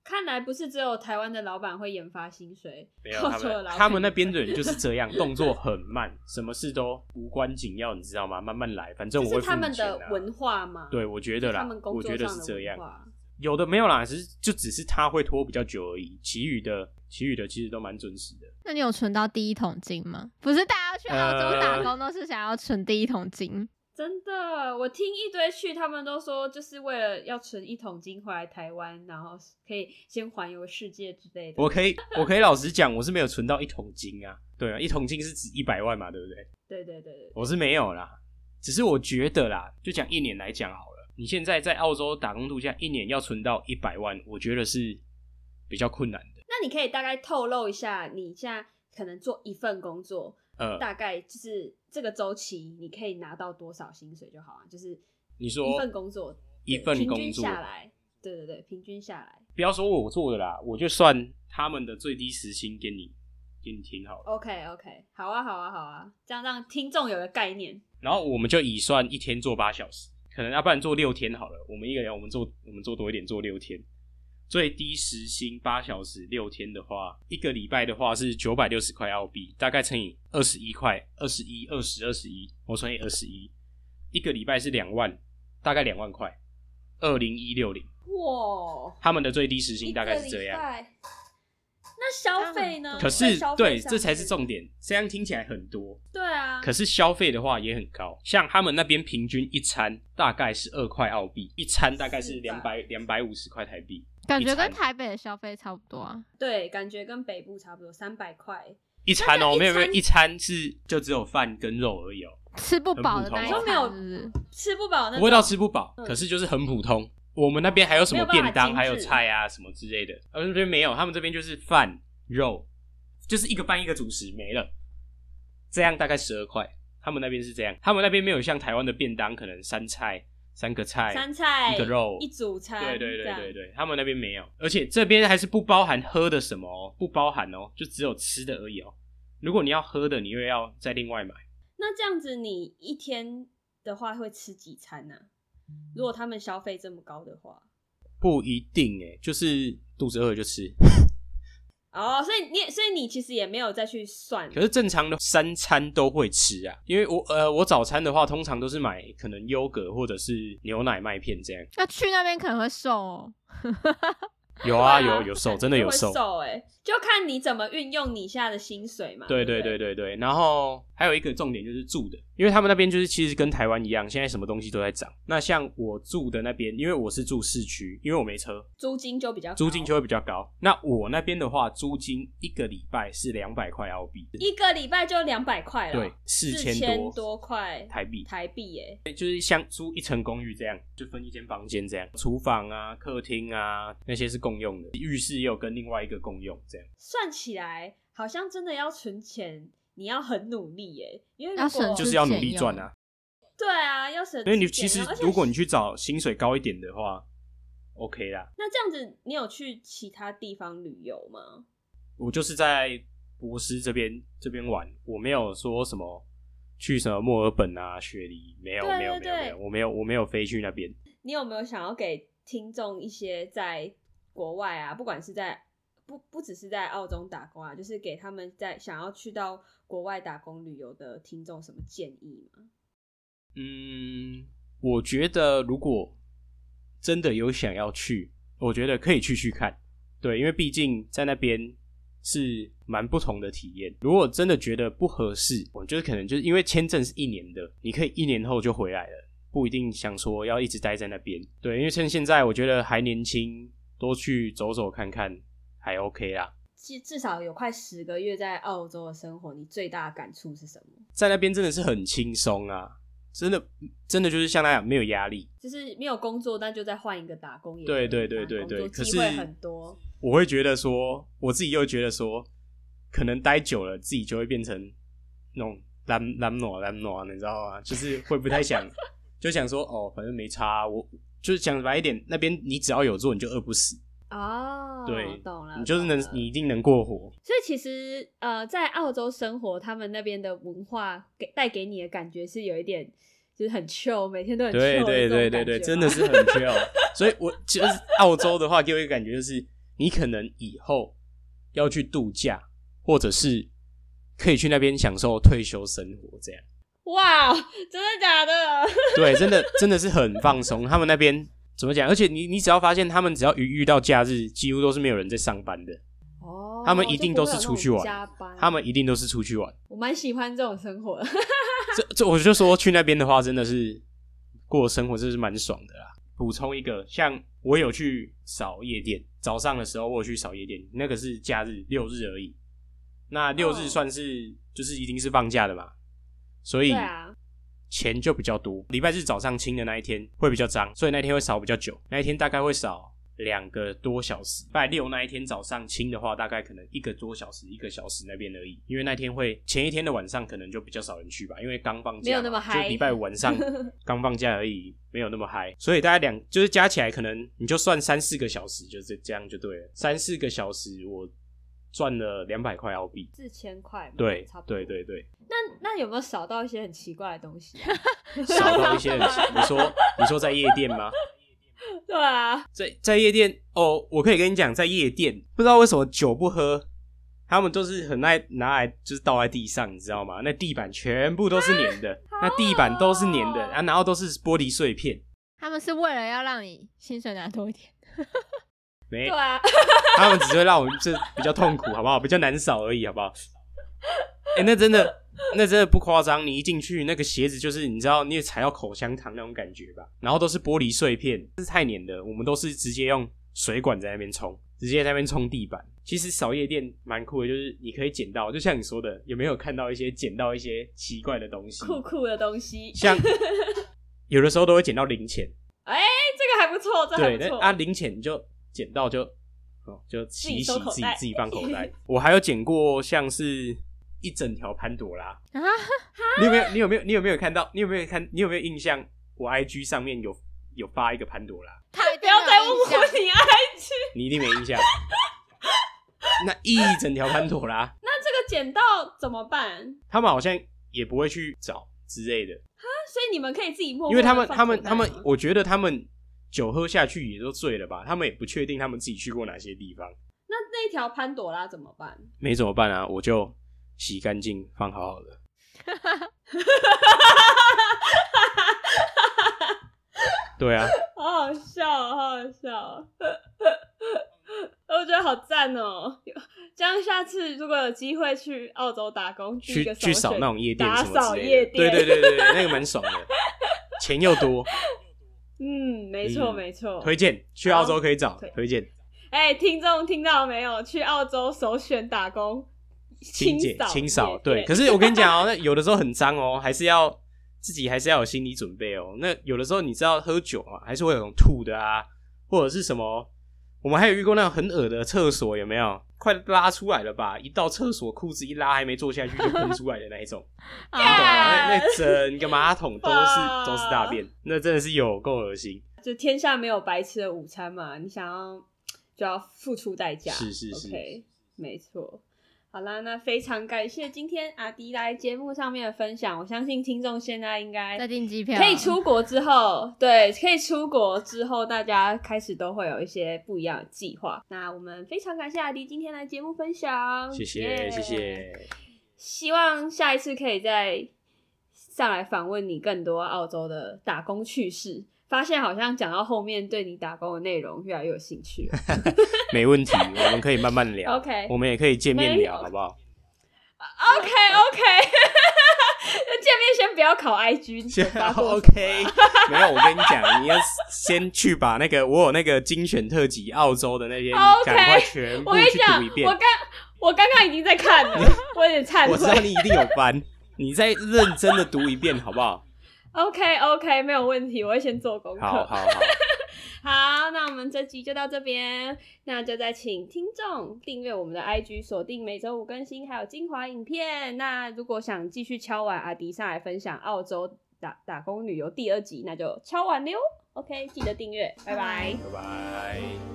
Speaker 2: 看来不是只有台湾的老板会研发薪水，
Speaker 4: 没有
Speaker 2: 澳
Speaker 4: 他
Speaker 2: 洲的
Speaker 4: 们
Speaker 2: 老，板
Speaker 4: 他们那边的 人就是这样，动作很慢，什么事都无关紧要，你知道吗？慢慢来，反正
Speaker 2: 这
Speaker 4: 我会
Speaker 2: 是
Speaker 4: 付
Speaker 2: 他
Speaker 4: 你
Speaker 2: 们
Speaker 4: 钱
Speaker 2: 的
Speaker 4: 啊。
Speaker 2: 文化嘛？
Speaker 4: 对，我觉
Speaker 2: 觉
Speaker 4: 得啦
Speaker 2: 他们，工
Speaker 4: 我
Speaker 2: 作
Speaker 4: 觉
Speaker 2: 上
Speaker 4: 得
Speaker 2: 的
Speaker 4: 是这样
Speaker 2: 文。化
Speaker 4: 有的没有啦，只是就只是他会拖比较久而已，其余的其余的其实都蛮准时的。
Speaker 3: 那你有存到第一桶金吗？不是，大家去澳洲打工都是想要存第一桶金。
Speaker 2: 真的，我听一堆去，他们都说就是为了要存一桶金回来台湾，然后可以先环游世界之类的。
Speaker 4: 我可以我可以老实讲，我是没有存到一桶金啊。对啊，一桶金是指一百万嘛，对不对？
Speaker 2: 对对对对，
Speaker 4: 我是没有啦，只是我觉得啦，就讲一年来讲好了。你现在在澳洲打工度假，一年要存到一百万，我觉得是比较困难的。
Speaker 2: 那你可以大概透露一下，你现在可能做一份工作，
Speaker 4: 呃，
Speaker 2: 大概就是这个周期你可以拿到多少薪水就好啊，就是
Speaker 4: 你说
Speaker 2: 一份工作，
Speaker 4: 一
Speaker 2: 对
Speaker 4: 份
Speaker 2: 平均
Speaker 4: 工作
Speaker 2: 下来，对对对，平均下来
Speaker 4: 不要说我做的啦，我就算他们的最低时薪给你给你听好了。
Speaker 2: ，OK OK，好啊好啊好啊，这样让听众有个概念。
Speaker 4: 然后我们就以算一天做八小时，可能要不然做六天好了。我们一个人我们做我们做多一点，做六天，最低时薪八小时六天的话，一个礼拜的话是九百六十块澳币，大概乘以二十一块，二十一二十二十一，我乘以二十一，一个礼拜是两万，大概两万块，二零一六零，
Speaker 2: 哇，
Speaker 4: 他们的最低时薪大概是这
Speaker 2: 一个礼
Speaker 4: 样。
Speaker 2: 拜。那消费呢？
Speaker 4: 可是
Speaker 2: 在消费
Speaker 4: 对，
Speaker 2: 上
Speaker 4: 这才是
Speaker 2: 面
Speaker 4: 重点，这样听起来很多，
Speaker 2: 对啊。
Speaker 4: 可是消费的话也很高，像他们那边平均一餐大概是二块澳币，一餐大概是两百两百五十块台币，
Speaker 3: 感觉跟
Speaker 4: 一餐
Speaker 3: 台北的消费差不多啊，
Speaker 2: 对，感觉跟北部差不多，三百块。
Speaker 4: 一餐哦、
Speaker 2: 那这样一餐
Speaker 4: 没有没有，一餐是就只有饭跟肉而已哦、
Speaker 3: 吃不饱的那一
Speaker 2: 很普通啊
Speaker 3: 餐是不是
Speaker 2: 吃不饱那嗯
Speaker 4: 不会到
Speaker 2: 种
Speaker 4: 吃不饱，可是就是很普通。我们那边还有什么便
Speaker 2: 没有
Speaker 4: 当，
Speaker 2: 办法精致
Speaker 4: 还有菜啊什么之类的，他们那边没有，他们这边就是饭肉，就是一个饭一个主食没了，这样大概十二块。他们那边是这样，他们那边没有像台湾的便当，可能三菜三个菜
Speaker 2: 三菜
Speaker 4: 一个肉
Speaker 2: 一主餐，
Speaker 4: 对对
Speaker 2: 这
Speaker 4: 对
Speaker 2: 样
Speaker 4: 对对，他们那边没有，而且这边还是不包含喝的什么哦，不包含哦，就只有吃的而已哦。如果你要喝的，你又要再另外买。
Speaker 2: 那这样子，你一天的话会吃几餐呢、如
Speaker 3: 嗯
Speaker 2: 果他们消费这么高的话，
Speaker 4: 不一定哎、就是肚子饿就吃。
Speaker 2: 哦，所以你也所以你其实也没有再去算，
Speaker 4: 可是正常的三餐都会吃啊，因为我呃我早餐的话，通常都是买可能优格或者是牛奶麦片这样。
Speaker 3: 那去那边可能会瘦哦。
Speaker 4: 有啊有 有瘦，真的有
Speaker 2: 会
Speaker 4: 瘦。
Speaker 2: 瘦哎、就看你怎么运用你现在的薪水嘛。
Speaker 4: 对
Speaker 2: 对
Speaker 4: 对
Speaker 2: 不
Speaker 4: 对对对，然后还有一个重点就是住的，因为他们那边就是其实跟台湾一样，现在什么东西都在涨。那像我住的那边，因为我是住市区，因为我没车，
Speaker 2: 租金就比较高
Speaker 4: 租金就会比较高。那我那边的话，租金一个礼拜是两百块澳币，
Speaker 2: 一个礼拜就两百块了，
Speaker 4: 对，四
Speaker 2: 四
Speaker 4: 千
Speaker 2: 多块
Speaker 4: 台币，
Speaker 2: 台币欸耶、
Speaker 4: 就是像租一层公寓这样，就分一间房间这样，厨房啊、客厅啊那些是共用的，浴室也有跟另外一个共用这样。
Speaker 2: 算起来好像真的要存钱，你要很努力耶、因为如
Speaker 3: 要
Speaker 2: 果
Speaker 3: 省
Speaker 4: 就是要努力赚
Speaker 2: 哦
Speaker 4: 啊，
Speaker 2: 对啊，要省吃俭用，
Speaker 4: 因为你其实
Speaker 2: 而且
Speaker 4: 如果你去找薪水高一点的话，OK 啦。
Speaker 2: 那这样子，你有去其他地方旅游吗？
Speaker 4: 我就是在博斯这边这边玩，我没有说什么去什么墨尔本啊、雪梨，没有
Speaker 2: 对
Speaker 4: 没有没
Speaker 2: 对
Speaker 4: 有没有，我没有我没有飞去那边。
Speaker 2: 你有没有想要给听众一些在国外啊，不管是在不不只是在澳洲打工啊，就是给他们在想要去到国外打工旅游的听众什么建议吗？
Speaker 4: 嗯，我觉得如果真的有想要去，我觉得可以去去看。对，因为毕竟在那边是蛮不同的体验。如果真的觉得不合适，我觉得可能就是因为签证是一年的，你可以一年后就回来了，不一定想说要一直待在那边。对，因为趁现在我觉得还年轻，多去走走看看还 OK 啦。
Speaker 2: 至至少有快十个月在澳洲的生活，你最大的感触是什么？
Speaker 4: 在那边真的是很轻松啊，真的真的就是像那样没有压力。
Speaker 2: 就是没有工作，但就再换一个打工也
Speaker 4: 对
Speaker 2: 可以
Speaker 4: 对对对
Speaker 2: 反正
Speaker 4: 对，
Speaker 2: 工作
Speaker 4: 可
Speaker 2: 机
Speaker 4: 是
Speaker 2: 会很多。
Speaker 4: 我会觉得说，我自己又觉得说，可能待久了自己就会变成那种懒懒惰懒惰，啊你知道吗？就是会不 太想，就想说哦，反正没差啊、我就是讲白一点，那边你只要有做，你就饿不死，
Speaker 2: 哦，
Speaker 4: 对
Speaker 2: 懂了，
Speaker 4: 你就是能
Speaker 2: 懂了
Speaker 4: 你一定能过活。
Speaker 2: 所以其实呃，在澳洲生活，他们那边的文化给带给你的感觉是有一点，就是很 chill，每天都很 chill
Speaker 4: 对对
Speaker 2: 的这种
Speaker 4: 对对对，
Speaker 2: 感觉啊
Speaker 4: 真
Speaker 2: 吗
Speaker 4: 的是很 chill。所以我就是澳洲的话，给我一个感觉就是，你可能以后要去度假，或者是可以去那边享受退休生活这样。
Speaker 2: 哇，真的假的？
Speaker 4: 对，真的真的是很放松。他们那边怎么讲？而且你你只要发现，他们只要一遇到假日，几乎都是没有人在上班的，
Speaker 2: 哦，
Speaker 4: 他们一定都是出去玩
Speaker 2: 就不会有那种加班，
Speaker 4: 他们一定都是出去玩。
Speaker 2: 我蛮喜欢这种生活的。
Speaker 4: 这这，我就说去那边的话，真的是过生活，真是蛮爽的啦。补充一个，像我有去扫夜店，早上的时候我有去扫夜店，那个是假日六日而已。那六
Speaker 2: 哦
Speaker 4: 日算是、就是一定是放假的嘛，所以
Speaker 2: 对啊
Speaker 4: 钱就比较多。礼拜日早上清的那一天会比较脏，所以那天会扫比较久，那一天大概会扫两个多小时。礼拜六那一天早上清的话，大概可能一个多小时、一个小时那边而已，因为那天会前一天的晚上可能就比较少人去吧，因为刚放
Speaker 2: 没
Speaker 4: 假嘛，
Speaker 2: 有那么嗨
Speaker 4: 就礼拜五晚上刚放假而已，没有那么嗨，所以大概两就是加起来可能你就算三四个小时，就是这样就对了，三四个小时我赚了两百 块澳币。
Speaker 2: 四千块嘛，
Speaker 4: 对
Speaker 2: 差不多。
Speaker 4: 对。对 对，
Speaker 2: 那那有没有少到一些很奇怪的东西啊？
Speaker 4: 少到一些人。你说你说在夜店吗？
Speaker 2: 对啊，
Speaker 4: 在在夜店哦，我可以跟你讲，在夜店不知道为什么酒不喝，他们都是很爱拿来就是倒在地上，你知道吗？那地板全部都是粘的，那地板都是粘的，
Speaker 2: 啊好恶
Speaker 4: 啊，然后都是玻璃碎片，
Speaker 3: 他们是为了要让你薪水拿多一 点，
Speaker 4: 没
Speaker 2: 对，啊，
Speaker 4: 他们只会让我们这比较痛苦，好不好？比较难扫而已，好不好？哎、那真的，那真的不夸张，你一进去那个鞋子就是你知道，你也踩到口香糖那种感觉吧，然后都是玻璃碎片，这是太黏的，我们都是直接用水管在那边冲，直接在那边冲地板。其实扫夜店蛮酷的，就是你可以捡到，就像你说的，有没有看到一些捡到一些奇怪的东西？
Speaker 2: 酷酷的东西。
Speaker 4: 像有的时候都会捡到零钱，
Speaker 2: 这个还不错， 这个还
Speaker 4: 对，
Speaker 2: 不
Speaker 4: 那
Speaker 2: 错。
Speaker 4: 啊，零钱你就捡到就哦，就洗一洗
Speaker 2: 收口
Speaker 4: 自己
Speaker 2: 袋
Speaker 4: 自己放口 袋。我还有捡过像是一整条潘朵拉
Speaker 3: 啊，
Speaker 4: 你有没有？你有没有？你有没有看到？你有没有看？你有没有印象？我 IG 上面有有发一个潘朵拉，
Speaker 3: 他
Speaker 2: 不要再问我
Speaker 3: 我
Speaker 2: 你 IG，
Speaker 4: 你一定没印象。那一整条潘朵拉，
Speaker 2: 那这个捡到怎么办？
Speaker 4: 他们好像也不会去找之类的，
Speaker 2: 那所以你们可以自己默默
Speaker 4: 因为他们
Speaker 2: 地
Speaker 4: 他
Speaker 2: 哦放口
Speaker 4: 们
Speaker 2: 袋
Speaker 4: 他们
Speaker 2: 吗，
Speaker 4: 我觉得他们酒喝下去也都醉了吧，他们也不确定他们自己去过哪些地方，
Speaker 2: 那那一条潘朵拉怎么办？
Speaker 4: 没怎么办啊，我就洗干净放好好的。 对啊，
Speaker 2: 好好笑哦，好好笑 哦！我觉得好赞哦！这样下次如果有机会去澳洲打工，第一
Speaker 4: 去
Speaker 2: 个
Speaker 4: 去
Speaker 2: 首
Speaker 4: 扫
Speaker 2: 选
Speaker 4: 那种夜店
Speaker 2: 打
Speaker 4: 什么
Speaker 2: 扫
Speaker 4: 之
Speaker 2: 夜
Speaker 4: 类的，对
Speaker 2: 店，
Speaker 4: 对，对对，对那个蛮爽的，钱又 多，
Speaker 2: 嗯，没错、
Speaker 4: 嗯
Speaker 2: 没错。
Speaker 4: 推荐去澳洲可以找
Speaker 2: 推，
Speaker 4: 推荐
Speaker 2: 哎、听众听到没有？去澳洲首选打工，
Speaker 4: 清洁
Speaker 2: 扫
Speaker 4: 清
Speaker 2: 夜
Speaker 4: 扫，对。
Speaker 2: 店
Speaker 4: 可是我跟你讲哦，那有的时候很脏哦，还是要自己还是要有心理准备哦。那有的时候你知道喝酒啊，还是会有种吐的啊，或者是什么。我们还有遇过那种很恶的厕所，有没有？快拉出来了吧！一到厕所，裤子一拉，还没坐下去就喷出来的那 一种。
Speaker 3: 好
Speaker 4: 懂
Speaker 2: 干
Speaker 4: 吗那那整个马桶都 是
Speaker 2: 哇
Speaker 4: 都是大便，那真的是有够恶心。
Speaker 2: 就天下没有白吃的午餐嘛，你想要就要付出代价。
Speaker 4: 是是是
Speaker 2: o k 没错。好啦，那非常感谢今天阿迪来节目上面的分享，我相信听众现在应该
Speaker 3: 再订机票
Speaker 2: 可以出国之后，对，可以出国之后，大家开始都会有一些不一样的计划。那我们非常感谢阿迪今天来节目分享，
Speaker 4: 谢
Speaker 2: 耶
Speaker 4: 谢谢谢，
Speaker 2: 希望下一次可以再上来访问你更多澳洲的打工趣事。发现好像讲到后面，对你打工的内容越来越有兴 趣了。
Speaker 4: 没问题，我们可以慢慢 聊。
Speaker 2: OK
Speaker 4: 我们也可以见面
Speaker 2: 没
Speaker 4: 聊，
Speaker 2: 有
Speaker 4: 好不好？
Speaker 2: OK OK，见面先不要考 IG，先 发过
Speaker 4: OK，没有，我跟你讲，你要先去把那个我有那个精选特辑澳洲的那些，
Speaker 2: OK，
Speaker 4: 赶快全部
Speaker 2: 我跟你
Speaker 4: 去
Speaker 2: 讲
Speaker 4: 读一，遍
Speaker 2: 我。刚我刚刚已经在看 了，我有点忏
Speaker 4: 我知道
Speaker 2: 悔。
Speaker 4: 你一定有翻，你再认真的读一遍，好不好？
Speaker 2: OK OK，没有问题，我会先做功课。
Speaker 4: 好好好，
Speaker 2: 好，那我们这集就到这边，那就再请听众订阅我们的 IG，锁定每周五更新，还有精华影片。那如果想继续敲完阿迪上来分享澳洲打打工旅游第二集，那就敲完了哟。OK，记得订阅，拜拜。
Speaker 4: 拜拜。